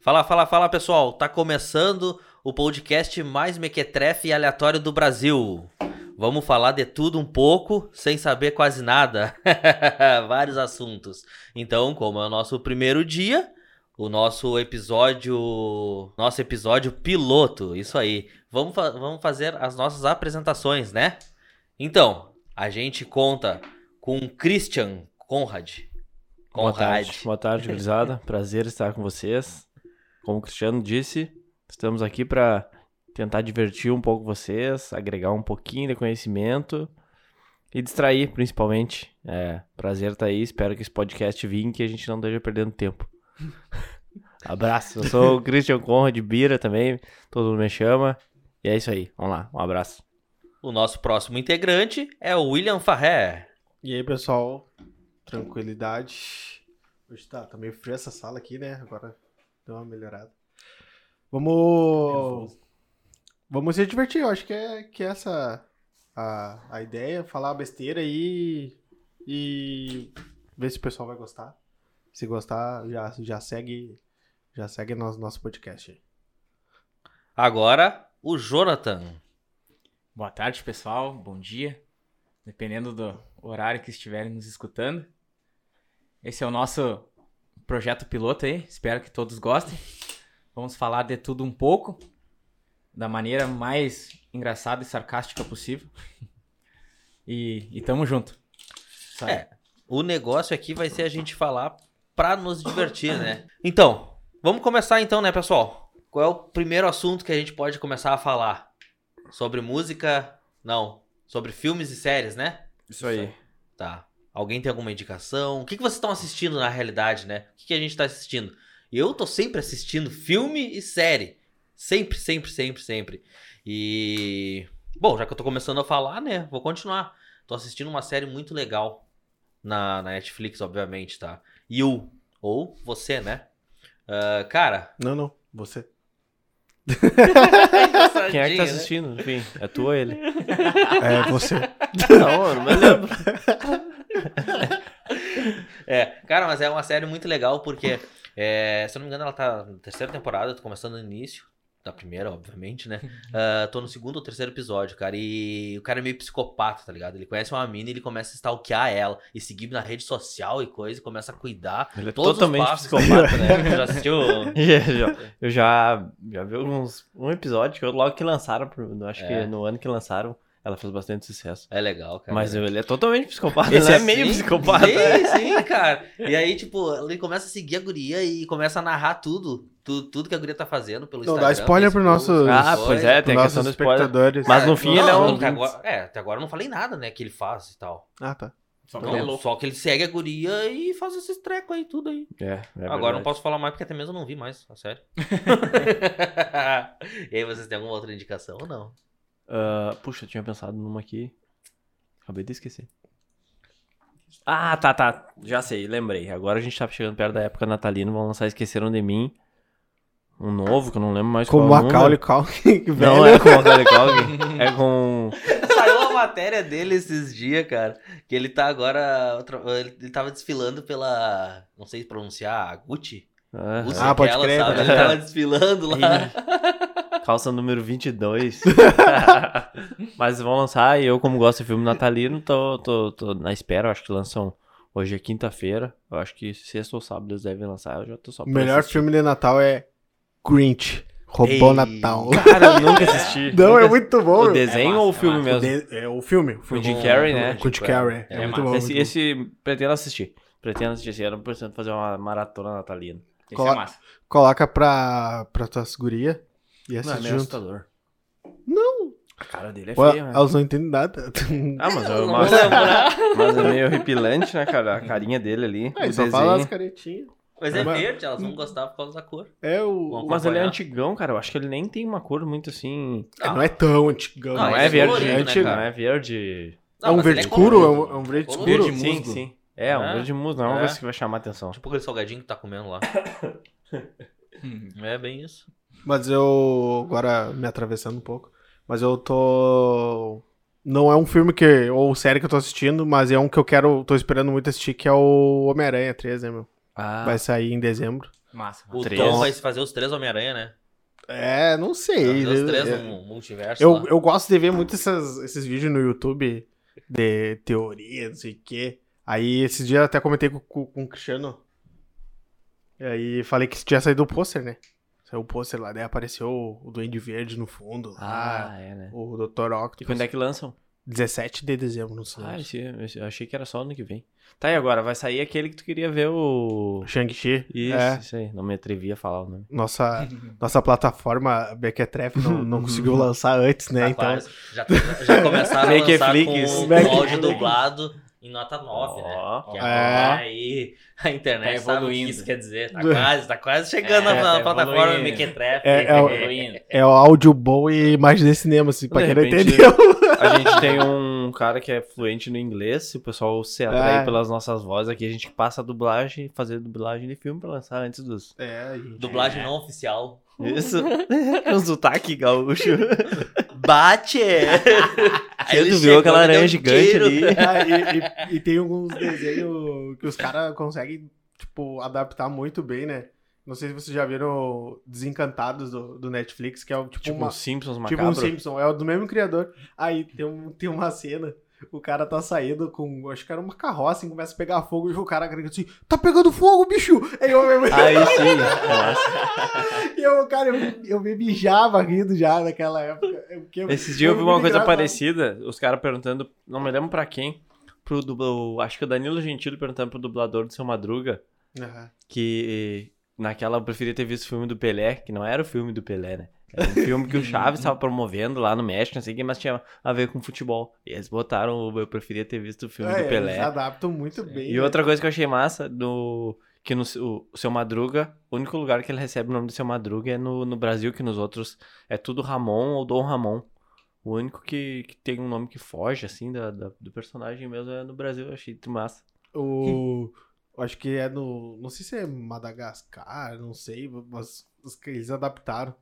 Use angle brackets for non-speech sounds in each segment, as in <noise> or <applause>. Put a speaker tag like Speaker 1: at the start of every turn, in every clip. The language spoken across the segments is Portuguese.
Speaker 1: Fala, fala, fala pessoal, tá começando o podcast mais mequetrefe e aleatório do Brasil. Vamos falar de tudo um pouco, sem saber quase nada. <laughs> Vários assuntos. Então, como é o nosso primeiro dia, o nosso episódio. Nosso episódio piloto, isso aí. Vamos, fa- vamos fazer as nossas apresentações, né? Então, a gente conta com Christian Conrad.
Speaker 2: Boa tarde, boa tarde, gurizada. Prazer estar com vocês. Como o Cristiano disse, estamos aqui para tentar divertir um pouco vocês, agregar um pouquinho de conhecimento e distrair, principalmente. É, prazer estar aí. Espero que esse podcast vinha que a gente não esteja perdendo tempo. <laughs> abraço. Eu sou o Christian Conrad Bira também. Todo mundo me chama. E é isso aí. Vamos lá. Um abraço.
Speaker 1: O nosso próximo integrante é o William Farré.
Speaker 3: E aí, pessoal? Tranquilidade. Hoje tá, tá meio frio essa sala aqui, né? Agora deu uma melhorada. Vamos. Vamos se divertir, eu acho que é que é essa a, a ideia, falar besteira aí e ver se o pessoal vai gostar. Se gostar, já, já segue já segue nosso, nosso podcast aí.
Speaker 1: Agora, o Jonathan.
Speaker 4: Boa tarde, pessoal. Bom dia. Dependendo do horário que estiverem nos escutando. Esse é o nosso projeto piloto aí. Espero que todos gostem. Vamos falar de tudo um pouco, da maneira mais engraçada e sarcástica possível. E, e tamo junto. Isso aí.
Speaker 1: É. O negócio aqui vai ser a gente falar pra nos divertir, né? Então, vamos começar então, né, pessoal? Qual é o primeiro assunto que a gente pode começar a falar? Sobre música? Não. Sobre filmes e séries, né?
Speaker 2: Isso aí.
Speaker 1: Tá. Alguém tem alguma indicação? O que, que vocês estão assistindo na realidade, né? O que, que a gente tá assistindo? Eu tô sempre assistindo filme e série. Sempre, sempre, sempre, sempre. E. Bom, já que eu tô começando a falar, né? Vou continuar. Tô assistindo uma série muito legal. Na, na Netflix, obviamente, tá? You. Ou você, né? Ah,
Speaker 2: <laughs>
Speaker 1: cara.
Speaker 3: Não, não, você.
Speaker 2: Quem é que tá
Speaker 1: Sardinha, né?
Speaker 2: assistindo? Enfim, é tu ou ele?
Speaker 3: É, você.
Speaker 2: <laughs> Não, não me lembro.
Speaker 1: É, cara, mas é uma série muito legal porque, é, se eu não me engano, ela tá na terceira temporada, tô começando no início, da primeira, obviamente, né? Ah, tô no segundo ou terceiro episódio, cara, e o cara é meio psicopata, tá ligado? Ele conhece uma mina e ele começa a stalkear ela e seguir na rede social e coisa, e começa a cuidar.
Speaker 2: Ele é
Speaker 1: todos os
Speaker 2: totalmente
Speaker 1: passos.
Speaker 2: psicopata, né?
Speaker 1: <laughs> Já assistiu?
Speaker 2: <laughs> Já- já- eu já, já vi alguns, um episódio que eu- logo que lançaram, pro- eu acho
Speaker 1: É.
Speaker 2: que no ano que lançaram, ela fez bastante sucesso.
Speaker 1: É legal, cara.
Speaker 2: Mas ele é totalmente psicopata,
Speaker 1: Esse
Speaker 2: ele é
Speaker 1: assim?
Speaker 2: meio psicopata.
Speaker 1: Sim, sim, cara. E aí, tipo, ele começa a seguir a guria e começa a narrar tudo. Tudo, tudo que a guria tá fazendo pelo
Speaker 3: Não,
Speaker 1: Instagram.
Speaker 3: dá spoiler pro
Speaker 1: Facebook,
Speaker 3: nosso-
Speaker 2: Ah,
Speaker 1: coisa.
Speaker 2: pois <laughs> é, tem a questão
Speaker 3: Nossos
Speaker 2: do spoiler.
Speaker 3: espectadores.
Speaker 2: Mas no
Speaker 1: É,
Speaker 2: fim
Speaker 1: não,
Speaker 2: ele é
Speaker 1: não,
Speaker 2: um.
Speaker 1: até agora, é, até agora eu não falei nada, né, que ele faz e tal.
Speaker 3: Ah, tá.
Speaker 4: Só que
Speaker 1: Não,
Speaker 4: é louco.
Speaker 1: só que ele segue a guria e faz esses trecos aí, tudo aí.
Speaker 2: É, é
Speaker 1: agora eu não
Speaker 2: verdade.
Speaker 1: posso falar mais, porque até mesmo eu não vi mais, a
Speaker 3: <laughs>
Speaker 1: sério. e aí, vocês têm alguma outra indicação ou não?
Speaker 2: Ah, puxa, eu tinha pensado numa aqui. Acabei de esquecer. Ah, tá, tá. Já sei, lembrei. Agora a gente tá chegando perto da época natalina, vão lançar Esqueceram de Mim. Um novo, que eu não lembro mais
Speaker 3: Como
Speaker 2: qual é
Speaker 3: a
Speaker 2: o
Speaker 3: Macaulay
Speaker 2: número.
Speaker 3: Culkin, <laughs> que
Speaker 2: Não
Speaker 3: velho.
Speaker 2: é com o Macaulay <laughs> Culkin, é com...
Speaker 1: Saiu uma matéria dele esses dias, cara, que ele tá agora, tra- ele ele tava desfilando pela, não sei pronunciar, Gucci?
Speaker 2: Ah,
Speaker 1: Gucci
Speaker 3: Ah, pode
Speaker 1: aquela,
Speaker 3: crer,
Speaker 1: sabe?
Speaker 3: pode
Speaker 1: Ele
Speaker 2: crer.
Speaker 3: <laughs>
Speaker 1: tava desfilando lá.
Speaker 2: calça número 22. <laughs> Mas vão lançar, e eu, como gosto de filme natalino, tô, tô, tô na espera. Eu acho que lançam hoje é quinta-feira. Eu acho que sexta ou sábado eles devem lançar. Eu já tô só
Speaker 3: O
Speaker 2: pra
Speaker 3: melhor
Speaker 2: assistir.
Speaker 3: filme de Natal é Grinch. Roubou
Speaker 1: Ei.
Speaker 3: Natal.
Speaker 2: Cara, eu nunca assisti.
Speaker 3: <laughs> Não,
Speaker 2: Nunca
Speaker 3: é
Speaker 2: assisti.
Speaker 3: muito bom,
Speaker 2: O
Speaker 3: meu.
Speaker 2: desenho
Speaker 4: massa,
Speaker 2: ou o
Speaker 4: é
Speaker 2: filme
Speaker 4: massa.
Speaker 3: O
Speaker 2: mesmo?
Speaker 3: de- É o filme. O
Speaker 2: O
Speaker 3: filme.
Speaker 2: Jim Carrey, né?
Speaker 3: Com o Jim Carrey. É,
Speaker 4: É
Speaker 3: muito
Speaker 4: massa.
Speaker 3: bom.
Speaker 2: Esse,
Speaker 3: muito
Speaker 2: esse pretendo assistir. Pretendo assistir esse ano, pretendo fazer uma maratona natalina.
Speaker 4: Esse
Speaker 3: Coloca-
Speaker 4: é massa.
Speaker 3: bom. Coloca pra, pra tua guria e assiste junto.
Speaker 2: é assustador.
Speaker 3: Não.
Speaker 2: A cara dele é
Speaker 3: Ué,
Speaker 2: feia, né?
Speaker 3: elas não entendem nada.
Speaker 2: Ah, mas <laughs> é,
Speaker 1: não
Speaker 2: mas,
Speaker 1: vou
Speaker 2: <laughs> mas é meio horripilante, né, cara? A carinha dele ali.
Speaker 3: Aí
Speaker 2: o
Speaker 3: É, só
Speaker 2: desenho.
Speaker 3: fala as caretinhas.
Speaker 1: Mas é
Speaker 3: Mas-
Speaker 1: verde, elas vão gostar por causa da cor.
Speaker 3: É o...
Speaker 1: Bom,
Speaker 2: Mas ele é
Speaker 1: acompanhar.
Speaker 2: antigão, cara. Eu acho que ele nem tem uma cor muito assim.
Speaker 3: É, não é tão antigão.
Speaker 1: Não,
Speaker 2: Não,
Speaker 1: ele
Speaker 2: é,
Speaker 1: é
Speaker 2: verde,
Speaker 1: colorido, né,
Speaker 2: antigo,
Speaker 1: cara?
Speaker 2: não é verde.
Speaker 3: É um
Speaker 1: mas ele
Speaker 3: verde escuro? É
Speaker 1: colorido.
Speaker 3: um- é um verde
Speaker 1: Colorido.
Speaker 3: escuro?
Speaker 4: Verde
Speaker 2: Sim,
Speaker 4: musgo.
Speaker 2: sim. É, um
Speaker 1: É.
Speaker 2: verde musgo, não é uma
Speaker 1: É.
Speaker 2: coisa que vai chamar atenção.
Speaker 1: Tipo aquele salgadinho que tá comendo lá.
Speaker 4: Hum,
Speaker 1: É bem isso.
Speaker 3: Mas eu. Agora me atravessando um pouco. Mas eu tô. Não é um filme que. ou série que eu tô assistindo, mas é um que eu quero. tô esperando muito assistir, que é o Homem-Aranha 3, né, meu?
Speaker 2: Ah,
Speaker 3: Vai sair em dezembro.
Speaker 4: Massa. massa.
Speaker 1: O
Speaker 2: Três.
Speaker 1: Tom vai fazer os três Homem-Aranha, né?
Speaker 3: É, não sei. é,
Speaker 1: Fazer os três
Speaker 3: Eu-
Speaker 1: no multiverso.
Speaker 3: eu,
Speaker 1: lá.
Speaker 3: eu gosto de ver muito essas- esses vídeos no YouTube de teoria, não sei o quê. Aí esses dias eu até comentei com, com, com o Cristiano. E aí falei que tinha saído o pôster, né? Saiu o pôster lá, daí apareceu o, o Duende Verde no fundo lá.
Speaker 2: Ah, é, né?
Speaker 3: O Dr.
Speaker 2: E
Speaker 3: Octopus.
Speaker 2: quando é que lançam?
Speaker 3: 17 de dezembro, não sei.
Speaker 2: Ah, esse, esse- eu achei que era só ano que vem. Tá, e agora? Vai sair aquele que tu queria ver o.
Speaker 3: Shang-Chi.
Speaker 2: Isso,
Speaker 3: É,
Speaker 2: isso aí. Não me atrevi a falar o nome.
Speaker 3: nossa, nossa plataforma Bequetref
Speaker 2: <laughs>
Speaker 3: não, não conseguiu lançar antes, né?
Speaker 1: Tá
Speaker 3: Então,
Speaker 1: quase. Já, já começaram a
Speaker 2: Make
Speaker 1: lançar
Speaker 2: Flix.
Speaker 1: com,
Speaker 3: Make
Speaker 1: com áudio
Speaker 3: Flix.
Speaker 1: dublado em nota 9, né?
Speaker 2: Ó.
Speaker 1: Que
Speaker 3: É.
Speaker 1: agora aí a internet
Speaker 4: Tá
Speaker 1: sabe o que
Speaker 4: evoluindo.
Speaker 1: isso quer dizer.
Speaker 3: <laughs>
Speaker 1: Tá quase, tá quase chegando
Speaker 4: É,
Speaker 1: na
Speaker 4: tá
Speaker 1: plataforma
Speaker 4: evoluindo.
Speaker 1: Mequetref.
Speaker 3: É, é o-
Speaker 4: Evoluindo.
Speaker 3: é o áudio bom e imagem de cinema, assim, pra
Speaker 2: De
Speaker 3: quem não
Speaker 2: repente- né?
Speaker 3: entendeu.
Speaker 2: A gente tem um cara que é fluente no inglês. Se o pessoal se atrai
Speaker 3: É.
Speaker 2: pelas nossas vozes aqui, a gente passa a dublagem, fazer dublagem de filme pra lançar antes dos.
Speaker 3: <laughs> É, gente.
Speaker 1: Dublagem não oficial.
Speaker 3: <laughs>
Speaker 2: Isso. um sotaque gaúcho.
Speaker 1: Bate!
Speaker 2: Aí tu viu aquela aranha gigante ali.
Speaker 3: Ah, e, e- e tem alguns desenhos que os caras conseguem, tipo, adaptar muito bem, né? Não sei se vocês já viram Desencantados do, do Netflix, que é o, tipo,
Speaker 2: Tipo
Speaker 3: uma,
Speaker 2: um Simpsons
Speaker 3: tipo
Speaker 2: macabro.
Speaker 3: um Simpson, é o do mesmo criador. Aí tem, um, tem uma cena, o cara tá saindo com, acho que era uma carroça, e começa a pegar fogo, e o cara grita assim, tá pegando fogo, bicho! Aí eu <laughs> mesmo...
Speaker 2: Aí sim. Nossa.
Speaker 3: E eu, cara, eu, eu me mijava rindo já naquela época.
Speaker 2: <laughs>
Speaker 3: Eu- porque eu-
Speaker 2: Esses dias eu vi uma
Speaker 3: muito
Speaker 2: coisa
Speaker 3: engraçado.
Speaker 2: parecida, os caras perguntando, não me lembro pra quem, pro dublo, acho que o Danilo Gentili perguntando pro dublador do Seu Madruga,
Speaker 3: Aham.
Speaker 2: que naquela eu preferia ter visto o filme do Pelé, que não era o filme do Pelé, né? Era um filme
Speaker 3: <laughs>
Speaker 2: que o Chaves tava promovendo lá no México, não sei o que, mas tinha a ver com futebol. E eles botaram, o eu preferia ter visto o filme
Speaker 3: É,
Speaker 2: do
Speaker 3: Eles
Speaker 2: Pelé.
Speaker 3: adaptam muito bem.
Speaker 2: E
Speaker 3: né?
Speaker 2: outra coisa que eu achei massa, do, que no, o, o Seu Madruga, o único lugar que ele recebe o nome do Seu Madruga é no, no Brasil, que nos outros é tudo Ramon ou Dom Ramon. O único que, que tem um nome que foge, assim, da, da- do personagem mesmo é no Brasil, eu achei muito massa.
Speaker 3: O. eu Acho que é no. Não sei se é Madagascar, não sei, mas os que eles adaptaram.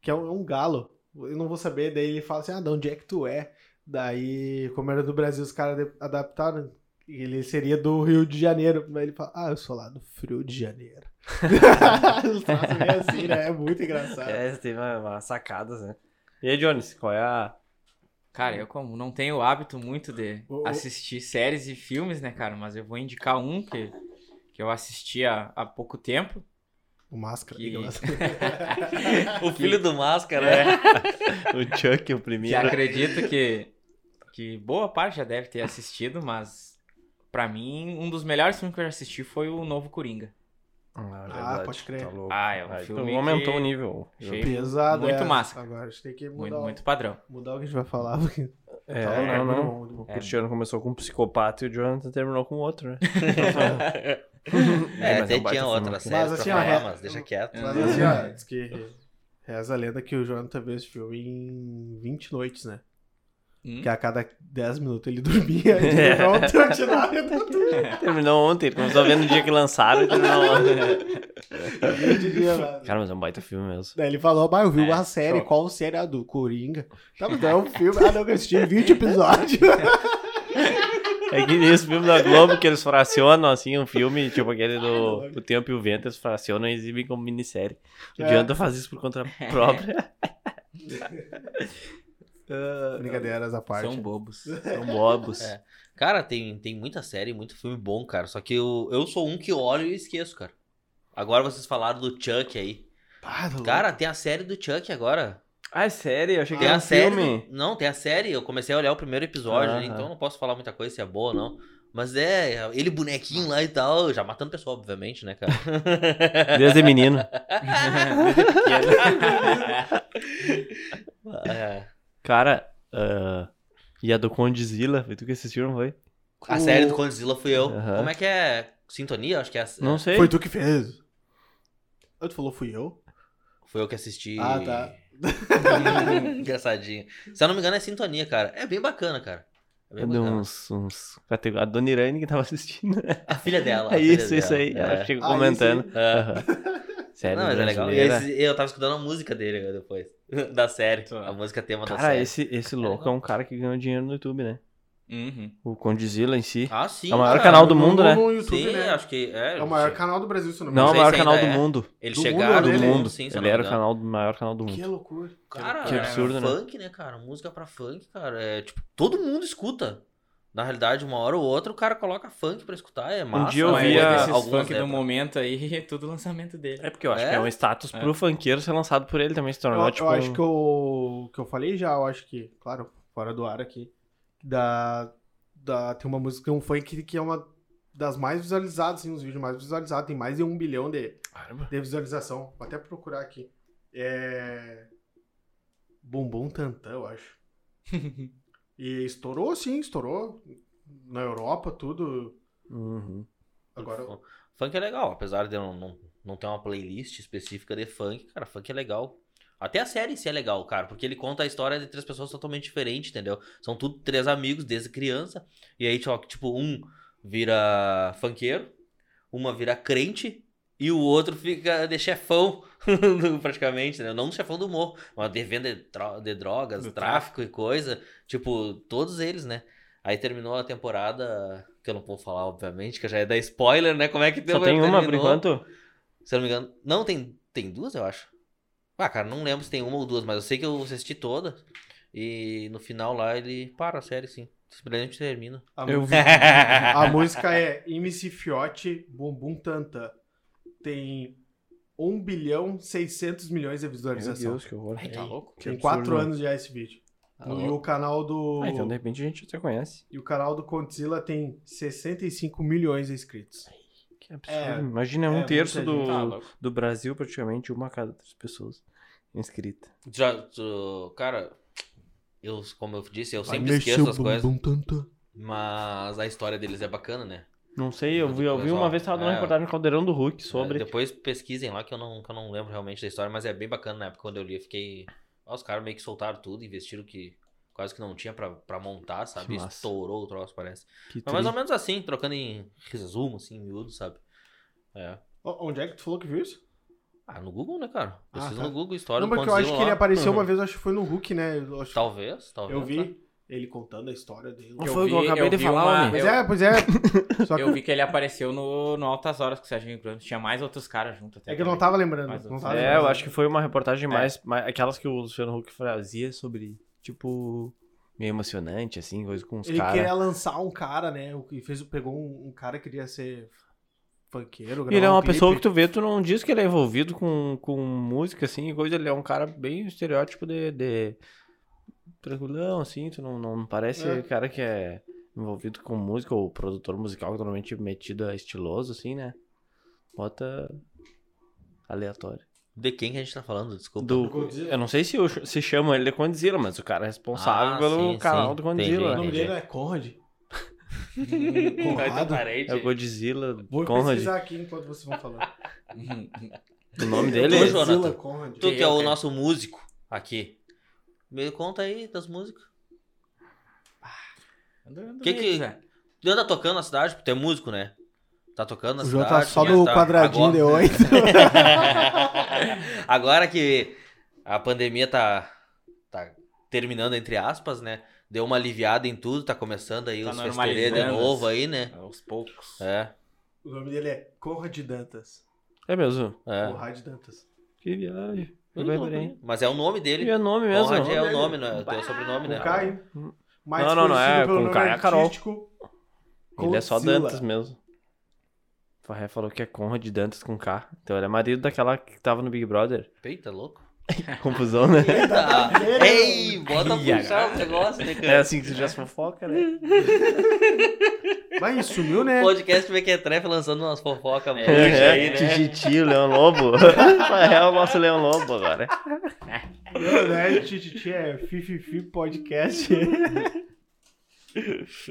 Speaker 3: Que é um, é um galo. Eu não vou saber. Daí ele fala assim: ah, de onde é que tu é? Daí, como era do Brasil, os caras de- adaptaram. Ele seria do Rio de Janeiro. Mas ele fala: ah, eu sou lá do Frio de Janeiro. os traços meio assim, né? É muito engraçado.
Speaker 2: É, teve uma- umas sacadas, né? E aí, Jones, qual é a...
Speaker 4: Cara, eu como não tenho o hábito muito de
Speaker 3: O- o-
Speaker 4: assistir séries e filmes, né, cara? Mas eu vou indicar um que, que eu assisti há, há pouco tempo.
Speaker 3: O máscara.
Speaker 4: Que-
Speaker 3: digamos.
Speaker 1: O filho do Máscara, né?
Speaker 2: o Chuck, o
Speaker 4: Que
Speaker 2: primeiro?
Speaker 4: acredito que, que boa parte já deve ter assistido, mas pra mim, um dos melhores filmes que eu já assisti foi o Novo Coringa.
Speaker 2: Ah,
Speaker 3: pode crer.
Speaker 2: Tá louco.
Speaker 4: Ah, é um
Speaker 2: Aí tu
Speaker 4: filme
Speaker 2: aumentou
Speaker 4: que-
Speaker 2: o nível.
Speaker 4: Achei
Speaker 3: Pesado.
Speaker 4: Muito
Speaker 3: é.
Speaker 4: massa.
Speaker 3: Agora a gente tem que mudar,
Speaker 4: Muito,
Speaker 3: o-
Speaker 4: muito padrão.
Speaker 3: <laughs> mudar o que a gente vai falar.
Speaker 2: É,
Speaker 3: Tá louco,
Speaker 2: não,
Speaker 3: muito
Speaker 2: não.
Speaker 3: bom, muito bom.
Speaker 2: O Cristiano começou com um psicopata e o Jonathan terminou com outro, né? <laughs>
Speaker 1: É,
Speaker 2: mas
Speaker 1: até É,
Speaker 2: um baita
Speaker 1: tinha
Speaker 2: filme,
Speaker 1: outra
Speaker 2: né?
Speaker 1: série
Speaker 3: Mas, assim,
Speaker 1: pra
Speaker 3: ó,
Speaker 1: falar,
Speaker 3: é-
Speaker 1: mas deixa quieto.
Speaker 3: Mas assim, ó, diz que reza a lenda que o Jonathan viu esse filme em 20 noites, né?
Speaker 4: Hum?
Speaker 3: Que a cada 10 minutos ele <laughs> dormia e
Speaker 2: É.
Speaker 3: ele não ordinário da tudo.
Speaker 2: Terminou ontem, ele começou a ver no dia que lançaram e terminou ontem.
Speaker 3: Eu diria, né?
Speaker 2: Cara, mas é um baita filme mesmo.
Speaker 3: Daí ele falou, mas eu vi uma
Speaker 4: É,
Speaker 3: série,
Speaker 4: show.
Speaker 3: qual série? A do Coringa. Tá, mas não é um filme, ah não, que eu assisti 20 episódios. <laughs>
Speaker 2: É que nesse filme da Globo que eles fracionam, assim, um filme, tipo aquele do O Tempo e o Vento, eles fracionam e exibem como minissérie. O
Speaker 3: É.
Speaker 2: Jonathan faz isso por conta própria.
Speaker 3: Brincadeiras à parte.
Speaker 4: São bobos.
Speaker 2: São bobos.
Speaker 1: É. Cara, tem, tem muita série, muito filme bom, cara. Só que eu, eu sou um que olho e esqueço, cara. Agora vocês falaram do Chuck aí.
Speaker 3: Pá, tá louco.
Speaker 1: Cara, tem a série do Chuck agora.
Speaker 2: Ah, é sério? Eu achei que
Speaker 1: Tem
Speaker 2: era
Speaker 1: a
Speaker 2: um
Speaker 1: série.
Speaker 2: filme.
Speaker 1: do- Não, tem a série. Eu comecei a olhar o primeiro episódio, né?
Speaker 2: Aham.
Speaker 1: então não posso falar muita coisa se é boa ou não. Mas é, ele bonequinho lá e tal, já matando pessoa, obviamente, né,
Speaker 2: <laughs>
Speaker 1: cara?
Speaker 2: Desde menino.
Speaker 1: É.
Speaker 2: Cara, ah, e a do Condizila, foi tu que assistiu, não foi?
Speaker 1: A série do Godzilla fui eu.
Speaker 2: Aham.
Speaker 1: Como é que é? Sintonia? Acho que é.
Speaker 2: Não sei.
Speaker 3: Foi tu que fez. Eu tu falou, fui eu?
Speaker 1: Foi eu que assisti.
Speaker 3: Ah, tá.
Speaker 1: <laughs> Engraçadinho. Se eu não me engano, é sintonia, cara. É bem bacana, cara. É bem
Speaker 2: De
Speaker 1: bacana.
Speaker 2: uns, uns catego- A dona Irene que tava assistindo.
Speaker 1: A filha dela. a
Speaker 2: É
Speaker 1: filha
Speaker 2: isso, isso
Speaker 1: dela.
Speaker 2: aí.
Speaker 1: É.
Speaker 2: Ela chegou
Speaker 3: Ah,
Speaker 2: comentando.
Speaker 1: isso aí.
Speaker 2: Aham. <laughs> Sério,
Speaker 1: Não, mas é legal. E
Speaker 2: brasileira.
Speaker 1: esse- eu tava escutando a música dele depois. <laughs> Da série.
Speaker 4: Tá.
Speaker 1: A música tema da
Speaker 2: Cara,
Speaker 1: série.
Speaker 2: é esse, esse louco é um cara que ganhou dinheiro no YouTube, né?
Speaker 4: Uhum.
Speaker 2: O Condizila em si.
Speaker 1: Ah, sim.
Speaker 2: É o maior
Speaker 1: cara.
Speaker 2: canal do
Speaker 3: no-
Speaker 2: mundo,
Speaker 3: no-
Speaker 2: né?
Speaker 3: no YouTube,
Speaker 1: Sim,
Speaker 3: né?
Speaker 1: acho que é.
Speaker 3: É o maior
Speaker 1: se-
Speaker 3: canal do Brasil, se eu não me
Speaker 2: Não,
Speaker 1: sei
Speaker 2: o
Speaker 1: se
Speaker 3: engano.
Speaker 2: maior
Speaker 1: ainda
Speaker 2: canal do
Speaker 1: é.
Speaker 2: mundo.
Speaker 1: Eles
Speaker 3: do mundo, né?
Speaker 1: chegaram
Speaker 2: Do
Speaker 3: Ele-
Speaker 2: mundo.
Speaker 1: Sim, é se eu
Speaker 2: Ele
Speaker 1: não me
Speaker 2: era o
Speaker 1: engano.
Speaker 2: canal do maior canal do
Speaker 3: Que
Speaker 2: mundo.
Speaker 3: loucura.
Speaker 1: Cara,
Speaker 2: Que absurdo,
Speaker 1: é
Speaker 2: né?
Speaker 1: funk, né, cara? Música pra funk, cara. É tipo, todo mundo escuta. Na realidade, uma hora ou outra, o cara coloca funk pra escutar. É massa.
Speaker 2: Um dia eu
Speaker 1: mas
Speaker 2: vi a-
Speaker 1: algumas
Speaker 4: esses funk do
Speaker 1: letras.
Speaker 4: momento aí, <laughs> é tudo lançamento dele.
Speaker 2: É porque eu acho
Speaker 1: É?
Speaker 2: que é um status
Speaker 4: É.
Speaker 2: pro funkeiro ser lançado por ele também, se
Speaker 3: Eu,
Speaker 2: tornou
Speaker 3: eu
Speaker 2: tipo.
Speaker 3: acho
Speaker 2: um-
Speaker 3: que eu, que eu falei já, eu acho que, claro, fora do ar aqui, da, da, tem uma música, um funk que é uma das mais visualizadas, assim, os vídeos mais visualizados, tem mais de um bilhão de,
Speaker 2: Caramba.
Speaker 3: de visualização. Vou até procurar aqui. É. Bumbum Tantã, eu acho. e estourou, sim, estourou. Na Europa, tudo.
Speaker 2: Uhum.
Speaker 3: Agora.
Speaker 1: Fu- Funk é legal, apesar de eu não, não, não ter uma playlist específica de funk, cara, funk é legal. Até a série em si é legal, cara, porque ele conta a história de três pessoas totalmente diferentes, entendeu? São tudo três amigos desde criança. E aí, só que, tipo, um vira funkeiro, uma vira crente e o outro fica de chefão, <laughs> praticamente, né? Não do chefão do morro, mas de venda de, dro- de drogas,
Speaker 4: Do
Speaker 1: tráfico e coisa. Tipo, todos eles, né? Aí terminou a temporada, que eu não vou falar, obviamente, que já é da spoiler, né? Como é que
Speaker 2: Só tem uma por enquanto?
Speaker 1: Se eu não me engano. Não, tem, tem duas, eu acho. Ah, cara, não lembro se tem uma ou duas, mas eu sei que eu assisti toda. E no final lá ele para a série, sim. Simplesmente termina.
Speaker 3: A
Speaker 2: Eu
Speaker 4: <laughs>
Speaker 3: música,
Speaker 1: <laughs>
Speaker 3: a música é MC Fiote Bumbum Tantã. Tem 1 bilhão 600 milhões de
Speaker 2: Meu
Speaker 3: visualização.
Speaker 2: Deus, que horror.
Speaker 4: Ai, tá louco?
Speaker 3: Tem
Speaker 2: absurdo,
Speaker 3: 4
Speaker 2: né?
Speaker 3: anos já esse vídeo.
Speaker 1: Tá
Speaker 3: No- e
Speaker 1: louco.
Speaker 3: o canal do.
Speaker 2: Ah, então de repente a gente até conhece.
Speaker 3: E o canal do Condzilla tem 65 milhões de inscritos.
Speaker 2: Que absurdo.
Speaker 3: É,
Speaker 2: Imagina
Speaker 3: é
Speaker 2: um
Speaker 3: muita
Speaker 2: terço
Speaker 3: gente.
Speaker 2: do,
Speaker 4: Tá louco.
Speaker 2: do Brasil, praticamente, uma a cada três pessoas inscrita.
Speaker 1: Tu Já, tu- cara, eu, como eu disse, eu sempre esqueço as coisas. Mas a história deles é bacana, né?
Speaker 2: Não sei, eu vi, eu vi
Speaker 1: Pessoal,
Speaker 2: uma vez tava dando uma
Speaker 1: é.
Speaker 2: reportagem no Caldeirão do Hulk sobre.
Speaker 1: É, depois pesquisem lá, que eu, não, que eu não lembro realmente da história, mas é bem bacana na época quando eu li. Eu fiquei. Ó, os caras meio que soltaram tudo, investiram que quase que não tinha pra, pra montar, sabe?
Speaker 2: Que massa.
Speaker 1: Estourou o troço, parece.
Speaker 2: que
Speaker 1: Mas mais
Speaker 2: tri-
Speaker 1: ou menos assim, trocando em resumo, assim, em miúdo, sabe? É.
Speaker 3: O- Onde é que tu falou que viu isso?
Speaker 1: Ah, no Google, né, cara?
Speaker 3: Ah,
Speaker 1: Pesquisa
Speaker 3: tá.
Speaker 1: no Google, história
Speaker 3: não,
Speaker 1: do
Speaker 3: porque eu acho
Speaker 1: Condzilla
Speaker 3: que ele
Speaker 1: lá.
Speaker 3: apareceu uma vez, eu acho que foi no Hulk, né? Eu,
Speaker 1: <laughs>
Speaker 3: acho-
Speaker 1: Talvez, talvez.
Speaker 3: eu
Speaker 1: né?
Speaker 3: vi ele contando a história dele.
Speaker 2: Não
Speaker 4: Eu
Speaker 2: foi o que eu
Speaker 4: vi-
Speaker 2: acabei de
Speaker 4: vi
Speaker 2: falar,
Speaker 4: uma-
Speaker 2: homem.
Speaker 3: Pois
Speaker 4: eu-
Speaker 3: é,
Speaker 1: <laughs>
Speaker 3: pois é. Só que
Speaker 4: Eu vi que ele apareceu no, no Altas Horas com o Serginho Grosso. Tinha mais outros caras junto até.
Speaker 3: é que eu não
Speaker 4: também.
Speaker 3: tava lembrando.
Speaker 4: Mas
Speaker 1: um.
Speaker 3: não
Speaker 4: eu-
Speaker 3: tava
Speaker 2: É,
Speaker 3: lembrando.
Speaker 2: eu acho que foi uma reportagem mais, mais- Aquelas que o Luciano Huck fazia sobre, tipo, meio emocionante, assim, coisa com os
Speaker 3: Ele
Speaker 2: caras.
Speaker 3: queria lançar um cara, né? o que fez, pegou um, um cara que queria ser funkeiro.
Speaker 2: E ele é
Speaker 3: gravar um
Speaker 2: uma pessoa que
Speaker 3: clipe.
Speaker 2: tu vê, tu não diz que ele é envolvido com, com música, assim, e coisa. Ele é um cara bem estereótipo de. de tranquilão, assim, tu não, não parece
Speaker 3: É.
Speaker 2: cara que é envolvido com música ou produtor musical, que normalmente metido a estiloso, assim, né? Bota. aleatório.
Speaker 1: De quem que a gente tá falando? Desculpa.
Speaker 2: Do,
Speaker 3: Godzilla.
Speaker 2: eu não sei se, o- se chama ele de Condzilla, mas o cara é responsável
Speaker 1: Ah,
Speaker 2: pelo
Speaker 1: sim,
Speaker 2: canal
Speaker 1: sim.
Speaker 2: do
Speaker 3: O
Speaker 2: Condzilla.
Speaker 1: Entendi.
Speaker 3: nome dele é
Speaker 2: <laughs>
Speaker 3: Conrad.
Speaker 1: Vai ter
Speaker 3: tá
Speaker 4: <laughs>
Speaker 3: Conrado.
Speaker 1: parede.
Speaker 2: É o Godzilla
Speaker 3: Vou
Speaker 2: Conrad.
Speaker 3: pesquisar aqui enquanto vocês vão falando.
Speaker 2: O nome dele
Speaker 1: Beleza.
Speaker 2: é.
Speaker 1: João.
Speaker 3: Godzilla Conrad.
Speaker 1: Tu que é
Speaker 4: Eu,
Speaker 1: o
Speaker 4: cara.
Speaker 1: nosso músico aqui. Me conta aí das músicas.
Speaker 4: O
Speaker 1: Que que- Tu anda tocando na cidade, porque tu é músico, né? Tá tocando na
Speaker 3: O João
Speaker 1: cidade.
Speaker 3: tá só
Speaker 1: né?
Speaker 3: no
Speaker 1: Tá-
Speaker 3: quadradinho
Speaker 1: agora...
Speaker 3: de 8.
Speaker 1: <laughs> Agora que a pandemia tá, tá terminando, entre aspas, né? Deu uma aliviada em tudo, tá começando aí
Speaker 4: Tá
Speaker 1: os festeirês de
Speaker 4: normalizando.
Speaker 1: novo aí, né?
Speaker 4: Aos poucos.
Speaker 1: É,
Speaker 3: O nome dele é Conrad Dantas.
Speaker 2: É mesmo.
Speaker 1: é.
Speaker 3: Conrad Dantas.
Speaker 2: Que viagem. Eu
Speaker 1: Não,
Speaker 2: lembrei.
Speaker 1: Mas é o nome dele.
Speaker 2: E é nome mesmo.
Speaker 1: Conrad é
Speaker 3: nome
Speaker 1: o
Speaker 3: dele.
Speaker 1: nome, né? É o teu sobrenome,
Speaker 3: Com
Speaker 1: né?
Speaker 3: K, hein?
Speaker 2: Hum.
Speaker 3: Mais
Speaker 2: Não, não, não,
Speaker 3: conhecido
Speaker 2: é
Speaker 3: pelo
Speaker 2: com
Speaker 3: nome
Speaker 2: K, é a Carol.
Speaker 3: artístico
Speaker 2: Ele é só
Speaker 3: Godzilla.
Speaker 2: Dantas mesmo. O Farré falou que é Conrad Dantas com K. Então ele é marido daquela que tava no Big Brother.
Speaker 1: <laughs> Eita, louco.
Speaker 2: Confusão, né?
Speaker 1: Eita.
Speaker 3: vendo?
Speaker 1: Ei, bota um
Speaker 2: Ih,
Speaker 1: puxar o negócio, né,
Speaker 2: É
Speaker 1: cara?
Speaker 2: assim que se já se fofoca, né?
Speaker 3: Mas
Speaker 2: <laughs>
Speaker 3: sumiu, né?
Speaker 1: Podcast Mequetrefe é lançando umas fofocas.
Speaker 4: É,
Speaker 1: mano.
Speaker 4: é. aí, né?
Speaker 2: Tititi, o Leão Lobo. O Farré é o nosso Leão Lobo agora.
Speaker 3: Não, né? Tititi é Fififi Podcast.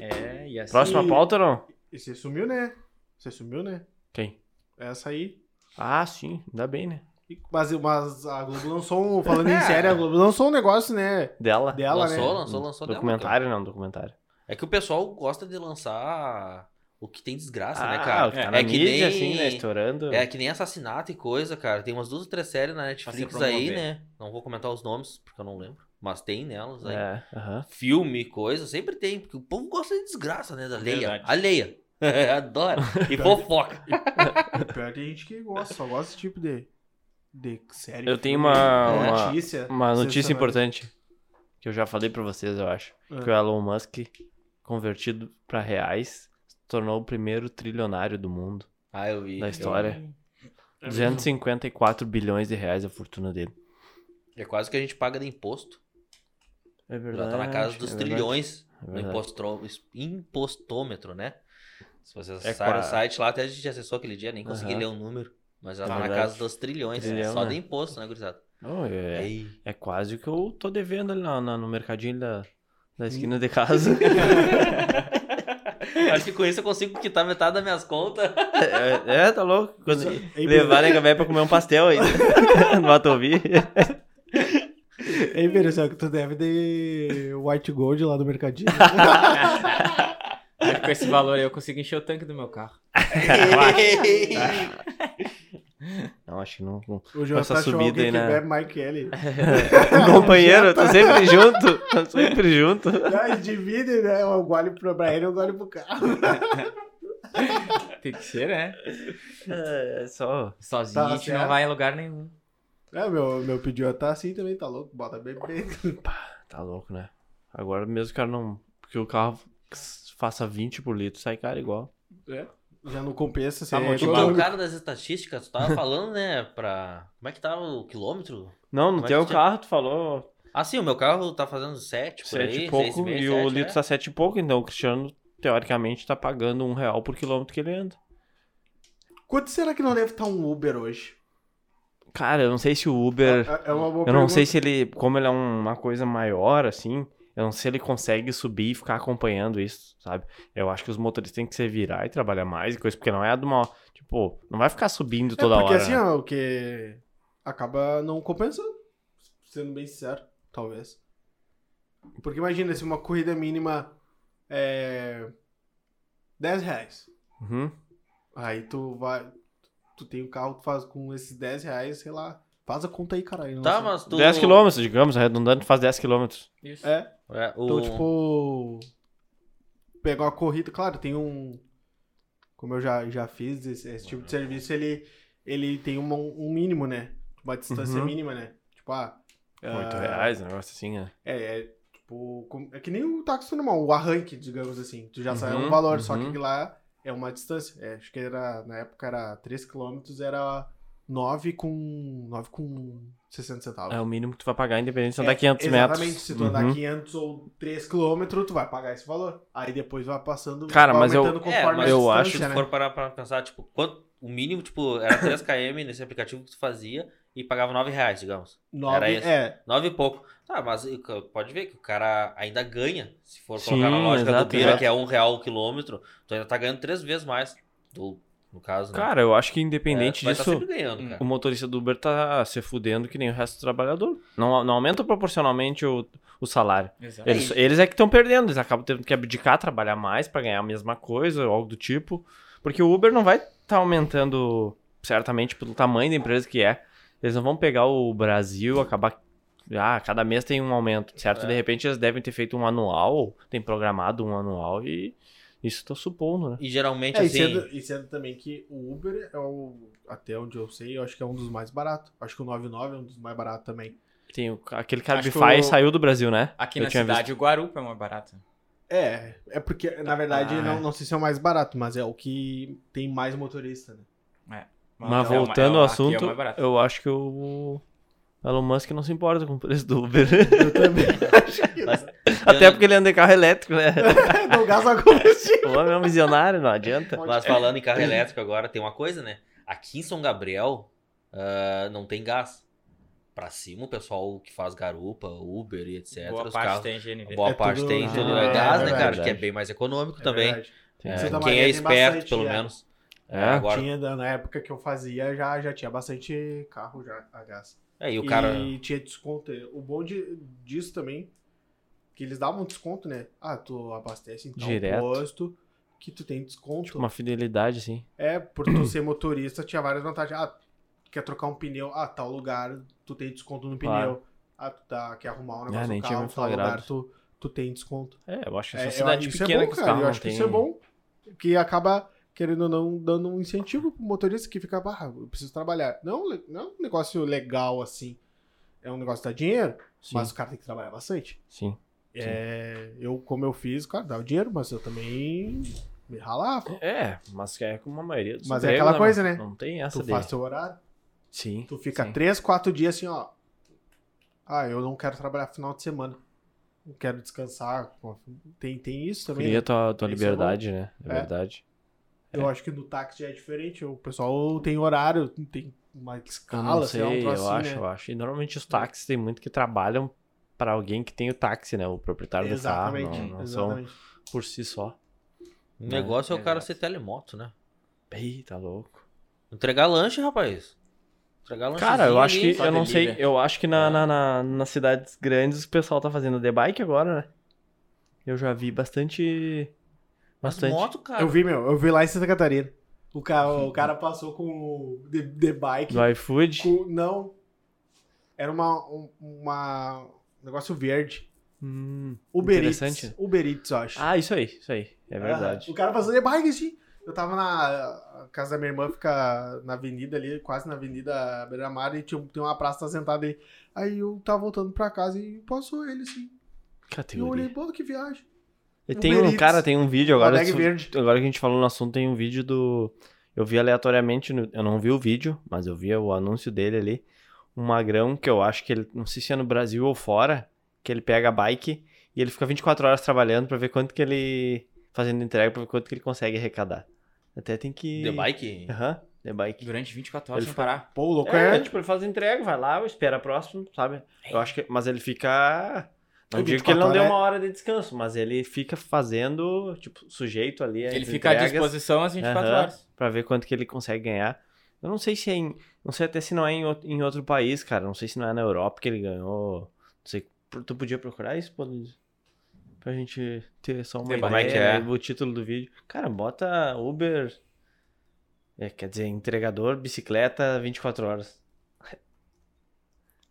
Speaker 4: É, e assim.
Speaker 2: Próxima
Speaker 3: Sim.
Speaker 2: pauta, não?
Speaker 3: E você sumiu, né? Você sumiu, né?
Speaker 2: Quem?
Speaker 3: Essa aí.
Speaker 2: Ah, sim. Ainda bem, né?
Speaker 3: E- Mas, mas a Globo lançou um,
Speaker 2: <laughs>
Speaker 3: falando em
Speaker 2: É.
Speaker 3: série, a Globo lançou um negócio, né?
Speaker 2: Dela. Hum,
Speaker 3: Dela,
Speaker 1: lançou,
Speaker 3: né?
Speaker 1: lançou, lançou. dela, cara.
Speaker 2: Um documentário, não. Documentário.
Speaker 1: É que o pessoal gosta de lançar o que tem desgraça, né,
Speaker 2: o
Speaker 1: cara?
Speaker 2: que tá na
Speaker 1: é que
Speaker 2: mídia,
Speaker 1: nem-
Speaker 2: assim, né? Estourando.
Speaker 1: É que nem assassinato e coisa, cara. Tem umas duas ou três séries na Netflix
Speaker 4: promover.
Speaker 1: aí, né? Não vou comentar os nomes, porque eu não lembro. Mas tem nelas aí.
Speaker 2: É, aham.
Speaker 1: Filme, coisa, sempre tem. Porque o povo gosta de desgraça, né? Da alheia.
Speaker 4: Verdade.
Speaker 1: Alheia. <laughs> Adora.
Speaker 2: <laughs>
Speaker 1: E fofoca.
Speaker 3: Pior tem gente que gosta, só gosta desse tipo de, de série.
Speaker 2: Eu tenho
Speaker 3: filme,
Speaker 2: uma-
Speaker 3: de
Speaker 2: uma-
Speaker 3: notícia.
Speaker 2: Uma notícia
Speaker 3: sensacional.
Speaker 2: importante que eu já falei pra vocês, eu acho.
Speaker 3: Ah.
Speaker 1: É.
Speaker 2: Que o Elon Musk, convertido pra reais, se tornou o primeiro trilionário do mundo.
Speaker 1: Ah, eu vi.
Speaker 2: Da história.
Speaker 3: É mesmo?
Speaker 2: 254 bilhões de reais a fortuna dele.
Speaker 1: É quase que a gente paga de imposto.
Speaker 2: É
Speaker 1: Já tá na casa dos trilhões
Speaker 2: É
Speaker 1: no
Speaker 2: verdade.
Speaker 1: impostro- impostômetro, né? Se você
Speaker 2: É
Speaker 1: sai no
Speaker 2: quase-
Speaker 1: site lá, até a gente acessou aquele dia, nem consegui
Speaker 2: Aham.
Speaker 1: ler o número. Mas já
Speaker 2: Na
Speaker 1: tá na
Speaker 2: verdade.
Speaker 1: casa dos trilhões,
Speaker 2: Trilhão,
Speaker 1: só
Speaker 2: né?
Speaker 1: de imposto, né, gurizada?
Speaker 2: Não, é,
Speaker 1: Ei.
Speaker 2: <laughs> é quase o que eu tô devendo ali na- na- no mercadinho da,
Speaker 1: Hum.
Speaker 2: da esquina
Speaker 1: <laughs>
Speaker 2: de casa.
Speaker 1: Acho que com isso eu consigo quitar metade das minhas contas.
Speaker 2: <laughs> é, é, tá louco. Quando <laughs>
Speaker 3: Ei,
Speaker 2: levarem a Gabriel pra comer um pastel
Speaker 1: <laughs>
Speaker 2: ainda. no Matovi.
Speaker 3: Ei, Beira, só que tu deve de White Gold lá
Speaker 2: <laughs>
Speaker 3: do mercadinho.
Speaker 4: Acho que com esse valor aí eu consigo encher o tanque do meu carro.
Speaker 1: <laughs>
Speaker 2: Não, acho que não.
Speaker 1: <laughs>
Speaker 2: não.
Speaker 3: O
Speaker 2: Com
Speaker 3: João
Speaker 2: essa
Speaker 3: tá achando
Speaker 2: subida
Speaker 3: alguém
Speaker 2: aí,
Speaker 3: que
Speaker 2: né?
Speaker 3: bebe Mike Kelly.
Speaker 2: Um companheiro,
Speaker 1: tá.
Speaker 2: tô sempre junto. Tô sempre junto.
Speaker 3: Não, divide, né? Eu gole pro- pra ele, eu gole pro carro.
Speaker 4: Tem que ser, né?
Speaker 2: É, é só.
Speaker 4: Sozinho
Speaker 3: Tá
Speaker 4: a gente
Speaker 3: certo.
Speaker 4: não vai em lugar nenhum.
Speaker 3: É, meu, meu pedido tá assim também, tá louco? Bota bebê.
Speaker 2: Tá louco, né? Agora mesmo o cara não. Porque o carro faça 20 por litro, sai cara igual.
Speaker 3: Já não compensa é ser
Speaker 2: É? Tá motivado.
Speaker 1: Então, o
Speaker 3: econômico.
Speaker 1: cara das estatísticas, tu tava falando, né, pra... Como é que tava o quilômetro?
Speaker 2: Não, no
Speaker 1: Mas
Speaker 2: teu
Speaker 1: tinha-
Speaker 2: carro, tu falou
Speaker 1: Ah, sim, o meu carro tá fazendo 7 por
Speaker 2: 7
Speaker 1: aí,
Speaker 2: Tipo, e
Speaker 1: 6
Speaker 2: pouco
Speaker 1: meses,
Speaker 2: e o
Speaker 1: sete,
Speaker 2: litro
Speaker 1: é.
Speaker 2: tá 7 e pouco, então o Cristiano, teoricamente, tá pagando um real por quilômetro que ele anda.
Speaker 3: Quanto será que não deve estar um Uber hoje?
Speaker 2: Cara, eu não sei se o
Speaker 3: É,
Speaker 2: Uber.
Speaker 3: é uma boa
Speaker 2: Eu não
Speaker 3: pergunta.
Speaker 2: sei se ele. Como ele é uma coisa maior, assim. Eu não sei se ele consegue subir e ficar acompanhando isso, sabe? Eu acho que os motoristas têm que se virar e trabalhar mais e coisa, porque não é de uma. Tipo, não vai ficar subindo toda
Speaker 3: é porque
Speaker 2: hora.
Speaker 3: assim,
Speaker 2: né?
Speaker 3: ó, o que acaba não compensando, sendo bem sincero, talvez. Porque imagina se uma corrida mínima é 10 reais.
Speaker 2: Uhum.
Speaker 3: Aí tu vai, tu tem o carro, tu faz com esses 10 reais, sei lá, faz a conta aí, caralho. não
Speaker 1: Tá,
Speaker 3: sei.
Speaker 1: mas tu...
Speaker 2: 10 quilômetros, digamos, arredondando, faz 10 quilômetros.
Speaker 4: Isso.
Speaker 3: É,
Speaker 1: É, o...
Speaker 3: então tipo, pegar uma corrida, claro, tem um, como eu já, já fiz esse, esse tipo de
Speaker 2: Uhum.
Speaker 3: serviço, ele, ele tem uma- um mínimo, né? Uma distância
Speaker 2: Uhum.
Speaker 3: mínima, né? Tipo, ah...
Speaker 2: 8
Speaker 3: ah,
Speaker 2: reais, um negócio assim, né?
Speaker 3: É, é tipo. com- É que nem o táxi normal, o arranque, digamos assim. Tu já sabe
Speaker 2: Uhum,
Speaker 3: um valor, só
Speaker 2: uhum.
Speaker 3: que lá é uma distância. É, acho que era. Na época era 3km, era 9 com. 9 com 60
Speaker 1: Ah.
Speaker 3: centavos.
Speaker 2: É o mínimo que tu vai pagar, independente se
Speaker 3: É,
Speaker 2: andar 500 metros.
Speaker 3: Exatamente, se tu andar
Speaker 2: Uhum.
Speaker 3: 500 ou 3km, tu vai pagar esse valor. Aí depois vai passando.
Speaker 2: Cara,
Speaker 3: vai
Speaker 2: mas eu-
Speaker 3: aumentando
Speaker 1: É,
Speaker 3: conforme
Speaker 1: mas
Speaker 3: a
Speaker 2: eu
Speaker 1: se
Speaker 2: acho-
Speaker 3: distância,
Speaker 1: tu
Speaker 3: né?
Speaker 1: for parar pra pensar, tipo, quanto... O mínimo, tipo,
Speaker 2: <coughs>
Speaker 1: era 3km nesse aplicativo que tu fazia e pagava 9 reais, digamos.
Speaker 3: Nove-
Speaker 1: era isso.
Speaker 3: É,
Speaker 1: 9 e pouco. Tá, mas e, c- pode ver que o cara ainda ganha. Se for
Speaker 2: Sim,
Speaker 1: colocar na lógica
Speaker 2: exato,
Speaker 1: do Bira,
Speaker 2: exato.
Speaker 1: que é um real o quilômetro, tu ainda tá ganhando três vezes mais. Do, no caso, né?
Speaker 2: Cara, eu acho que
Speaker 1: É,
Speaker 2: independente
Speaker 1: tu vai tá
Speaker 2: disso, hum,
Speaker 1: sempre ganhando, cara.
Speaker 2: o motorista do Uber tá se fudendo que nem o resto do trabalhador. Não, não aumenta proporcionalmente o, o salário.
Speaker 4: Exato.
Speaker 2: Eles, eles é que estão perdendo, eles acabam tendo que abdicar, trabalhar mais pra ganhar a mesma coisa ou algo do tipo. Porque o Uber não vai estar aumentando, certamente, pelo tamanho da empresa que é. Eles não vão pegar o Brasil, acabar. Ah, cada mês tem um aumento, certo?
Speaker 1: É.
Speaker 2: De repente eles devem ter feito um anual, tem programado um anual e isso tô supondo, né?
Speaker 1: E geralmente,
Speaker 3: É, e,
Speaker 1: assim.
Speaker 3: sendo, e sendo também que o Uber é o. Até onde eu sei, eu acho que é um dos mais baratos. Acho que o 99 é um dos mais baratos também.
Speaker 2: Tem o- aquele
Speaker 4: Acho que
Speaker 2: Cabify
Speaker 4: o-
Speaker 2: saiu do Brasil, né?
Speaker 4: Aqui
Speaker 2: Eu
Speaker 4: na
Speaker 2: tinha
Speaker 4: cidade, o Guarupa é mais barato.
Speaker 3: É, é porque, na verdade,
Speaker 2: Ah,
Speaker 3: não,
Speaker 2: é.
Speaker 3: não sei se é o mais barato, mas é o que tem mais motorista,
Speaker 1: <laughs>
Speaker 3: né?
Speaker 2: Mas
Speaker 4: é o-
Speaker 2: voltando
Speaker 4: é
Speaker 2: ao
Speaker 4: o-
Speaker 2: assunto,
Speaker 4: Aqui é o mais barato.
Speaker 2: eu acho que o Elon Musk não se importa com o preço do Uber. <laughs>
Speaker 1: <laughs>
Speaker 3: Eu também acho que É,
Speaker 1: Mas-
Speaker 2: Até porque ele anda em carro elétrico, né?
Speaker 3: não gasta combustível. <laughs>
Speaker 2: O homem é um visionário, não adianta.
Speaker 3: é.
Speaker 1: Mas falando em carro
Speaker 3: <coughs>
Speaker 1: elétrico agora, tem uma coisa, né? Aqui em São Gabriel ah, não tem gás. Pra cima, o pessoal que faz garupa, Uber e etc.
Speaker 4: Boa
Speaker 1: os
Speaker 4: parte
Speaker 1: carros,
Speaker 4: tem
Speaker 1: a
Speaker 4: GNV.
Speaker 1: boa
Speaker 3: É
Speaker 1: parte
Speaker 3: tudo-
Speaker 1: tem
Speaker 2: Ah,
Speaker 1: tudo
Speaker 2: é
Speaker 1: gás, né, cara?
Speaker 2: verdade.
Speaker 1: Que é bem mais econômico
Speaker 3: É
Speaker 1: também.
Speaker 3: verdade.
Speaker 1: É,
Speaker 3: Santa
Speaker 1: quem
Speaker 3: Maria
Speaker 1: é
Speaker 3: tem
Speaker 1: esperto,
Speaker 3: bastante,
Speaker 1: pelo
Speaker 3: é.
Speaker 1: menos.
Speaker 2: É,
Speaker 1: agora.
Speaker 3: Tinha, da- na época que eu fazia, já, já tinha bastante carro já, a gás.
Speaker 1: É, e o cara.
Speaker 3: E né, tinha desconto. é, O bom de- disso também, que eles davam desconto, né? Ah, tu abastece então
Speaker 2: Direto. Tipo
Speaker 3: posto que tu tem desconto.
Speaker 2: Uma fidelidade, assim.
Speaker 3: É, por tu ser motorista, tinha várias vantagens. Ah, quer trocar um pneu? Ah, tal lugar, tu tem desconto no
Speaker 2: Claro.
Speaker 3: pneu. Ah, tu tá, quer arrumar um
Speaker 2: Ah,
Speaker 3: negócio
Speaker 2: nem
Speaker 3: no
Speaker 2: tinha
Speaker 3: carro,
Speaker 2: me
Speaker 3: tal
Speaker 2: flagrado.
Speaker 3: lugar, tu, tu tem desconto.
Speaker 2: É, eu acho que
Speaker 3: É,
Speaker 2: essa
Speaker 3: eu
Speaker 2: cidade
Speaker 3: acho- isso é
Speaker 2: pequena
Speaker 3: bom,
Speaker 2: que os
Speaker 3: cara,
Speaker 2: carros
Speaker 3: Eu
Speaker 2: não
Speaker 3: acho que
Speaker 2: têm-
Speaker 3: isso é bom, que acaba, querendo ou não, dando um incentivo pro motorista que fica, ah, eu preciso trabalhar. Não, le- não é um negócio legal assim. É um negócio que dá dinheiro,
Speaker 2: Sim,
Speaker 3: mas o cara tem que trabalhar bastante.
Speaker 2: sim.
Speaker 3: É, eu, como eu fiz, cara, dava dinheiro, mas eu também me ralava.
Speaker 2: É, mas é como a maioria dos
Speaker 3: Mas é
Speaker 2: empregos,
Speaker 3: aquela coisa, né?
Speaker 2: Não tem essa
Speaker 3: Tu
Speaker 2: de...
Speaker 3: faz teu horário,
Speaker 2: Sim,
Speaker 3: tu fica
Speaker 4: Sim.
Speaker 3: três, quatro dias assim, ó. Ah, eu não quero trabalhar final de semana. Eu quero descansar. Pô, Tem, tem isso também. né?
Speaker 2: cria tua, tua
Speaker 3: Isso é
Speaker 2: liberdade, né? É
Speaker 3: É.
Speaker 2: verdade.
Speaker 3: Eu acho que no táxi já é diferente. O pessoal tem horário, tem uma
Speaker 2: Eu
Speaker 3: escala,
Speaker 2: não
Speaker 3: sei lá, um
Speaker 2: sei,
Speaker 3: troço
Speaker 2: eu
Speaker 3: assim,
Speaker 2: acho,
Speaker 3: né?
Speaker 2: eu acho. E normalmente os táxis tem muito que trabalham pra alguém que tem o táxi, né? O proprietário do
Speaker 3: Exatamente.
Speaker 2: carro. Não, não são
Speaker 3: exatamente.
Speaker 2: por si só.
Speaker 1: O negócio é, o cara
Speaker 4: Exato.
Speaker 1: ser telemoto, né?
Speaker 2: Ih, tá louco.
Speaker 1: Entregar lanche, rapaz. Entregar lanche.
Speaker 2: Cara, eu acho que
Speaker 4: só
Speaker 2: eu não sei,
Speaker 4: delivery.
Speaker 2: eu acho que na, na, na- nas cidades grandes o pessoal tá fazendo de bike agora, né? Eu já vi bastante bastante.
Speaker 1: moto, cara.
Speaker 3: Eu vi, meu, eu vi lá em Santa Catarina. O cara, o
Speaker 2: Uhum.
Speaker 3: cara passou com o de, de bike.
Speaker 2: do iFood.
Speaker 3: com- não. Era uma, um uma- um negócio verde.
Speaker 2: Hum,
Speaker 3: Uber Eats.
Speaker 2: interessante.
Speaker 3: Uber Eats, eu acho.
Speaker 2: Ah, isso aí, isso aí. É verdade.
Speaker 3: Aham. O cara passou de bike, assim. Eu tava na a casa da minha irmã, fica na avenida ali, quase na avenida Beira Mar, e tinha, tem uma praça tá sentada ali. Aí eu tava voltando pra casa e passou ele, assim. E eu
Speaker 2: Categoria.
Speaker 3: olhei, pô, que viagem.
Speaker 2: E tem
Speaker 3: Uber
Speaker 2: um
Speaker 3: Eats.
Speaker 2: cara, tem um vídeo
Speaker 3: Agora
Speaker 2: agora.
Speaker 3: Bodega
Speaker 2: isso-
Speaker 3: verde.
Speaker 2: Agora que a gente falou no assunto, tem um vídeo do. Eu vi aleatoriamente, no- eu não vi o vídeo, mas eu vi o anúncio dele ali. Um magrão que eu acho que ele. Não sei se é no Brasil ou fora, que ele pega a bike e ele fica 24 horas trabalhando pra ver quanto que ele. Fazendo entrega pra ver quanto que ele consegue arrecadar. Até tem que.
Speaker 1: The bike?
Speaker 2: Aham, The Bike.
Speaker 4: Durante 24 horas
Speaker 2: Ele
Speaker 4: sem parar.
Speaker 3: Pô, o louco
Speaker 2: É,
Speaker 3: é.
Speaker 2: tipo, ele faz entrega, vai lá, espera próximo, sabe? Eu acho que. Mas ele fica. Não
Speaker 3: Ele
Speaker 2: digo que ele não
Speaker 3: 24
Speaker 2: deu
Speaker 3: horas é
Speaker 2: uma hora de descanso, mas ele fica fazendo, tipo, sujeito ali. às
Speaker 4: Ele fica à
Speaker 2: entregas.
Speaker 4: disposição às 24
Speaker 2: Aham,
Speaker 4: horas.
Speaker 2: Pra ver quanto que ele consegue ganhar. Eu não sei se é em. Não sei até se não é em, out- em outro país, cara. Não sei se não é na Europa que ele ganhou. Não sei. Pro- Tu podia procurar isso, pô, Luiz? Pra gente ter só uma
Speaker 4: Debater.
Speaker 1: Como
Speaker 2: ideia
Speaker 1: é que é?
Speaker 2: né, do título do vídeo. Cara, bota Uber. é, quer dizer, entregador, bicicleta, 24 horas. <laughs>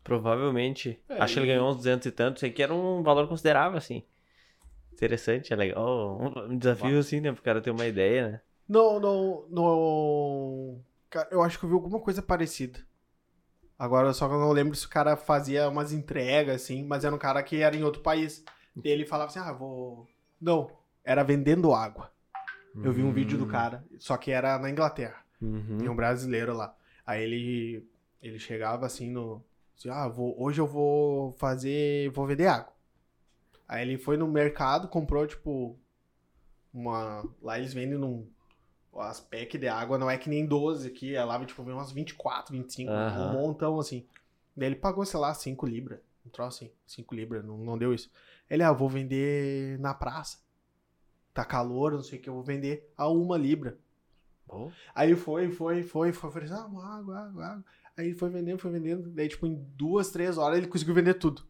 Speaker 2: Provavelmente.
Speaker 3: É,
Speaker 2: acho que ele
Speaker 3: e-
Speaker 2: ganhou uns 200 e tanto. Sei que era um valor considerável, assim. Interessante, é legal. Um desafio, assim, né? Pro cara ter uma ideia, né?
Speaker 3: Não, não, não. Cara, eu acho que eu vi alguma coisa parecida. Agora, só que eu não lembro se o cara fazia umas entregas, assim, mas era um cara que era em outro país. E ele falava assim, ah, vou. Não, era vendendo água. Eu vi um vídeo do cara, só que era na Inglaterra.
Speaker 2: Uhum.
Speaker 3: Tem um brasileiro lá. Aí ele ele chegava assim no, assim, ah, vou, hoje eu vou fazer, vou vender água. Aí ele foi no mercado, comprou tipo uma, lá eles vendem num as pack de água não é que nem 12 aqui, é lá tipo vem umas 24, 25, um
Speaker 2: Aham.
Speaker 3: montão assim. Daí ele pagou, sei lá, 5 libras, um troço assim, 5 libras, não, não deu isso. Ele, ah, eu vou vender na praça. Tá calor, não sei o que, eu vou vender a uma libra.
Speaker 2: Pô,
Speaker 3: Aí foi, foi, foi, foi, oferecendo ah, uma água, água, água. Aí ele foi vendendo, foi vendendo. Daí, tipo, em duas, três horas ele conseguiu vender tudo.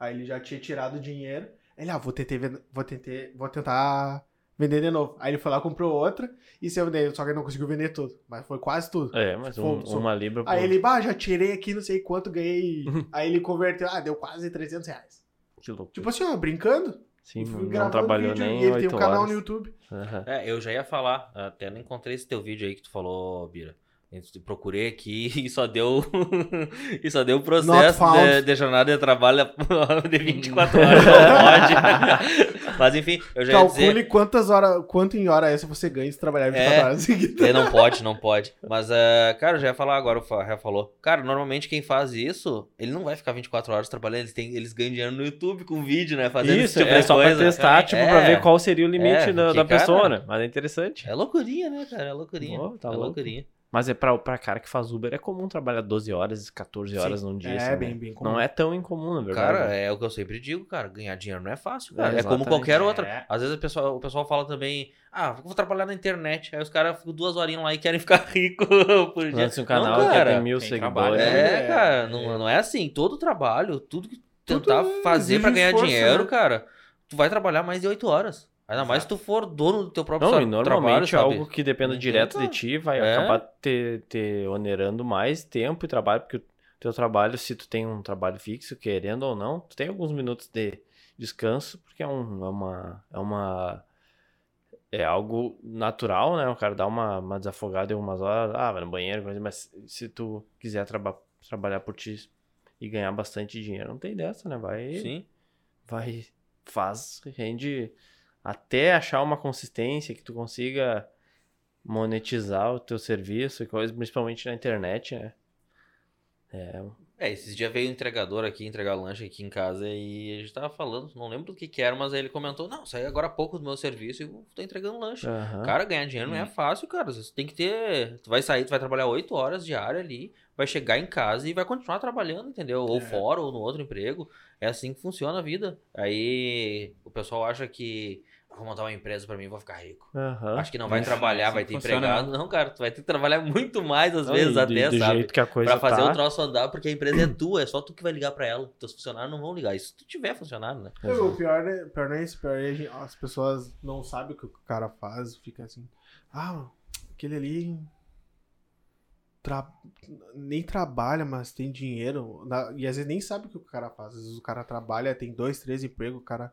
Speaker 3: Aí ele já tinha tirado o dinheiro. Ele, ah, vou tentar, ven- vou tentar, vou tentar vender de novo. Aí ele foi lá, comprou outra e saiu vendendo. Só que ele não conseguiu vender tudo, mas foi quase tudo.
Speaker 2: É, mas um-
Speaker 3: Fomos, fomos.
Speaker 2: uma libra.
Speaker 3: Tipo, Aí
Speaker 2: pô,
Speaker 3: ele, bah, já tirei aqui, não sei
Speaker 2: <laughs>
Speaker 3: quanto, ganhei. Aí ele converteu, ah, deu quase 300 reais.
Speaker 2: Que louco.
Speaker 3: Tipo assim, ó, brincando.
Speaker 2: Sim,
Speaker 3: E fui
Speaker 2: não, não
Speaker 3: gravando
Speaker 2: trabalhou
Speaker 3: vídeo,
Speaker 2: nem
Speaker 3: E ele tem
Speaker 2: oito
Speaker 3: um canal
Speaker 2: horas.
Speaker 3: no YouTube.
Speaker 2: Aham.
Speaker 1: É, eu já ia falar. Até não encontrei esse teu vídeo aí que tu falou, Bira. Eu Procurei aqui <laughs> e só deu. e só deu o processo de,
Speaker 3: found.
Speaker 1: de jornada de trabalho <laughs> de 24
Speaker 2: <laughs>
Speaker 1: horas. Não pode. Mas enfim, eu já ia dizer.
Speaker 3: Calcule quantas horas, quanto em hora essa você ganha se trabalhar 24
Speaker 1: É.
Speaker 3: horas seguidas.
Speaker 1: É, não pode, não pode. Mas, eh, cara, eu já ia falar agora, o Farré falou. Cara, normalmente quem faz isso, ele não vai ficar 24 horas trabalhando, eles, têm, eles ganham dinheiro no YouTube com vídeo, né? Fazendo
Speaker 2: Isso,
Speaker 1: esse tipo
Speaker 2: é
Speaker 1: de
Speaker 2: só pra
Speaker 1: coisa.
Speaker 2: testar, tipo,
Speaker 1: É.
Speaker 2: pra ver qual seria o limite
Speaker 1: É,
Speaker 2: da,
Speaker 1: porque,
Speaker 2: da pessoa,
Speaker 1: cara-
Speaker 2: né? Mas é interessante.
Speaker 1: É loucurinha, né, cara? É loucurinha.
Speaker 2: Pô, tá
Speaker 1: é
Speaker 2: louco.
Speaker 1: loucurinha.
Speaker 2: Mas é pra, pra cara que faz Uber, é comum trabalhar 12 horas, 14 horas num dia.
Speaker 3: É,
Speaker 2: assim, né?
Speaker 3: bem, bem comum.
Speaker 2: Não é tão incomum, na verdade. né?
Speaker 1: Cara, é o que eu sempre digo, cara. Ganhar dinheiro não é fácil, cara. É,
Speaker 2: É,
Speaker 1: como
Speaker 2: exatamente.
Speaker 1: qualquer outra.
Speaker 4: É.
Speaker 1: Às vezes o pessoal, o pessoal fala também, ah, vou trabalhar na internet. Aí os caras ficam duas horinhas lá e querem ficar <laughs> rico por dia.
Speaker 2: Lança um canal
Speaker 1: não,
Speaker 2: que
Speaker 1: cara.
Speaker 2: tem mil
Speaker 4: tem
Speaker 2: seguidores.
Speaker 4: trabalho, né?
Speaker 1: É,
Speaker 3: É,
Speaker 1: cara, não, não é assim. Todo trabalho, tudo que tentar fazer
Speaker 3: exige
Speaker 1: pra ganhar
Speaker 3: esforço,
Speaker 1: dinheiro,
Speaker 3: né?
Speaker 1: cara, tu vai trabalhar mais de oito horas. Ainda mais se tu for dono do teu próprio
Speaker 2: Não,
Speaker 1: sa-
Speaker 2: e
Speaker 1: trabalho,
Speaker 2: normalmente é
Speaker 1: sabe?
Speaker 2: algo que dependa
Speaker 1: Uhum.
Speaker 2: direto de ti vai
Speaker 1: É.
Speaker 2: acabar te, te onerando mais tempo e trabalho, porque teu trabalho, se tu tem um trabalho fixo, querendo ou não, tu tem alguns minutos de descanso, porque é, um, é uma. É uma. É algo natural, né? O cara dá uma, uma desafogada em umas horas, ah, vai no banheiro, coisa, mas se tu quiser traba trabalhar por ti e ganhar bastante dinheiro, não tem dessa, né? Vai.
Speaker 1: Sim.
Speaker 2: Vai. Faz, rende. Até achar uma consistência que tu consiga monetizar o teu serviço e coisas, principalmente na internet, né? É,
Speaker 1: É, esses dias veio um entregador aqui entregar lanche aqui em casa e a gente tava falando, não lembro do que que era, mas aí ele comentou, não, saí agora há pouco do meu serviço e eu tô entregando lanche.
Speaker 2: aham.
Speaker 1: Cara, ganhar dinheiro
Speaker 2: Uhum.
Speaker 1: não é fácil, cara. Você tem que ter. Tu vai sair, tu vai trabalhar oito horas diária ali, vai chegar em casa e vai continuar trabalhando, entendeu? Ou
Speaker 3: É.
Speaker 1: fora, ou no outro emprego. É assim que funciona a vida. Aí o pessoal acha que "Ah, vou montar uma empresa pra mim e vou ficar rico.
Speaker 2: Aham.
Speaker 1: Acho que não vai
Speaker 4: Isso,
Speaker 2: é
Speaker 1: trabalhar,
Speaker 4: assim
Speaker 1: vai
Speaker 4: que
Speaker 1: ter
Speaker 4: funciona,
Speaker 1: empregado. Não, cara, tu vai ter que trabalhar muito mais às
Speaker 2: né? Não,
Speaker 1: vezes
Speaker 2: e do-
Speaker 1: até,
Speaker 2: do
Speaker 1: sabe?
Speaker 2: jeito que a coisa
Speaker 1: Pra fazer
Speaker 2: tá,
Speaker 1: o troço andar, porque a empresa é tua, é só tu que vai ligar pra ela. Teus funcionários não vão ligar. E se tu tiver funcionário, né?
Speaker 3: O pior, né? pior não é isso, pior é a gente- as pessoas não sabem o que o cara faz, fica assim, ah, aquele ali tra- nem trabalha, mas tem dinheiro. Na- E às vezes nem sabe o que o cara faz. Às vezes o cara trabalha, tem dois, três empregos, o cara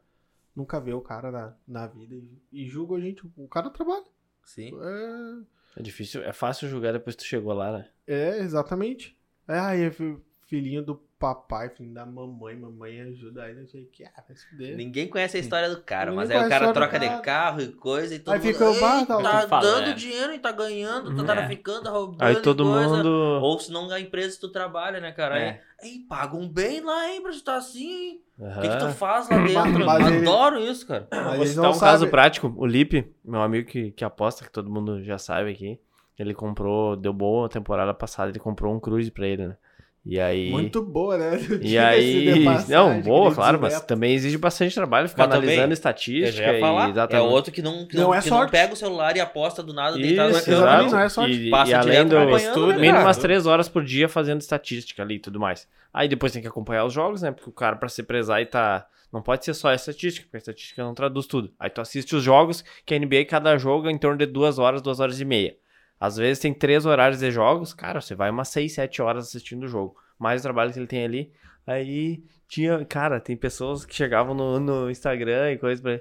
Speaker 3: nunca vê o cara na, na vida e, e julga a gente. O cara trabalha.
Speaker 1: Sim.
Speaker 3: É,
Speaker 2: É difícil, é fácil julgar depois que tu chegou lá, né?
Speaker 3: É, exatamente. É, aí é fi- filhinho do papai, filhinho da mamãe, mamãe ajuda aí, não sei o que. Ah, vai se fuder.
Speaker 1: Ninguém conhece a história do cara,
Speaker 3: Ninguém
Speaker 1: mas aí o
Speaker 3: conhece a
Speaker 1: cara
Speaker 3: história
Speaker 1: troca
Speaker 3: do
Speaker 1: de
Speaker 3: cara.
Speaker 1: carro e coisa e todo
Speaker 3: Aí
Speaker 1: mundo.
Speaker 3: fica o
Speaker 1: "Ei,
Speaker 3: bar, tá, o
Speaker 1: tá
Speaker 4: que fala,
Speaker 1: dando
Speaker 4: né?"
Speaker 1: dinheiro e tá ganhando, tá
Speaker 4: Hum, é.
Speaker 1: traficando, tá roubando.
Speaker 2: Aí
Speaker 1: e
Speaker 2: todo
Speaker 1: coisa.
Speaker 2: mundo.
Speaker 1: Ou se não a empresa que tu trabalha, né, cara?
Speaker 4: É.
Speaker 1: Aí, "Ei, pagam bem lá, hein, pra tu tá assim. O
Speaker 2: Aham.
Speaker 1: que, que tu faz lá dentro?
Speaker 3: Mas ele-
Speaker 1: Adoro isso, cara.
Speaker 3: Mas
Speaker 2: Vou
Speaker 3: eles
Speaker 2: citar
Speaker 3: não
Speaker 2: um caso
Speaker 3: sabem.
Speaker 2: prático. O Lipe, meu amigo que, que aposta, que todo mundo já sabe aqui, ele comprou, deu boa a temporada passada, ele comprou um cruise pra ele, né? E aí.
Speaker 3: Muito boa, né? <laughs>
Speaker 2: <laughs> E aí. Não, boa, claro, mas também exige bastante trabalho ficar
Speaker 1: Mas também,
Speaker 2: analisando
Speaker 1: Eu
Speaker 2: estatística.
Speaker 1: já ia falar.
Speaker 2: e
Speaker 1: É
Speaker 2: exatamente.
Speaker 1: outro que não, que
Speaker 3: Não
Speaker 1: não,
Speaker 3: é
Speaker 1: que não
Speaker 3: sorte.
Speaker 1: pega o celular e aposta do nada deitado na
Speaker 2: Isso,
Speaker 1: cama.
Speaker 3: exatamente,
Speaker 2: exato.
Speaker 3: não é sorte.
Speaker 2: E,
Speaker 1: Passa
Speaker 2: e além
Speaker 1: direto
Speaker 2: do
Speaker 1: acompanhando,
Speaker 2: estudo,
Speaker 1: né,
Speaker 2: mínimo
Speaker 1: cara?
Speaker 2: umas três horas por dia fazendo estatística ali e tudo mais. Aí depois tem que acompanhar os jogos, né? Porque o cara, pra se prezar e tá. Não pode ser só a estatística, porque a estatística não traduz tudo. Aí tu assiste os jogos, que a NBA, cada jogo é em torno de duas horas, duas horas e meia. Às vezes tem três horários de jogos, cara, você vai umas seis, sete horas assistindo o jogo. Mais o trabalho que ele tem ali. Aí tinha, cara, tem pessoas que chegavam no, no Instagram e coisa pra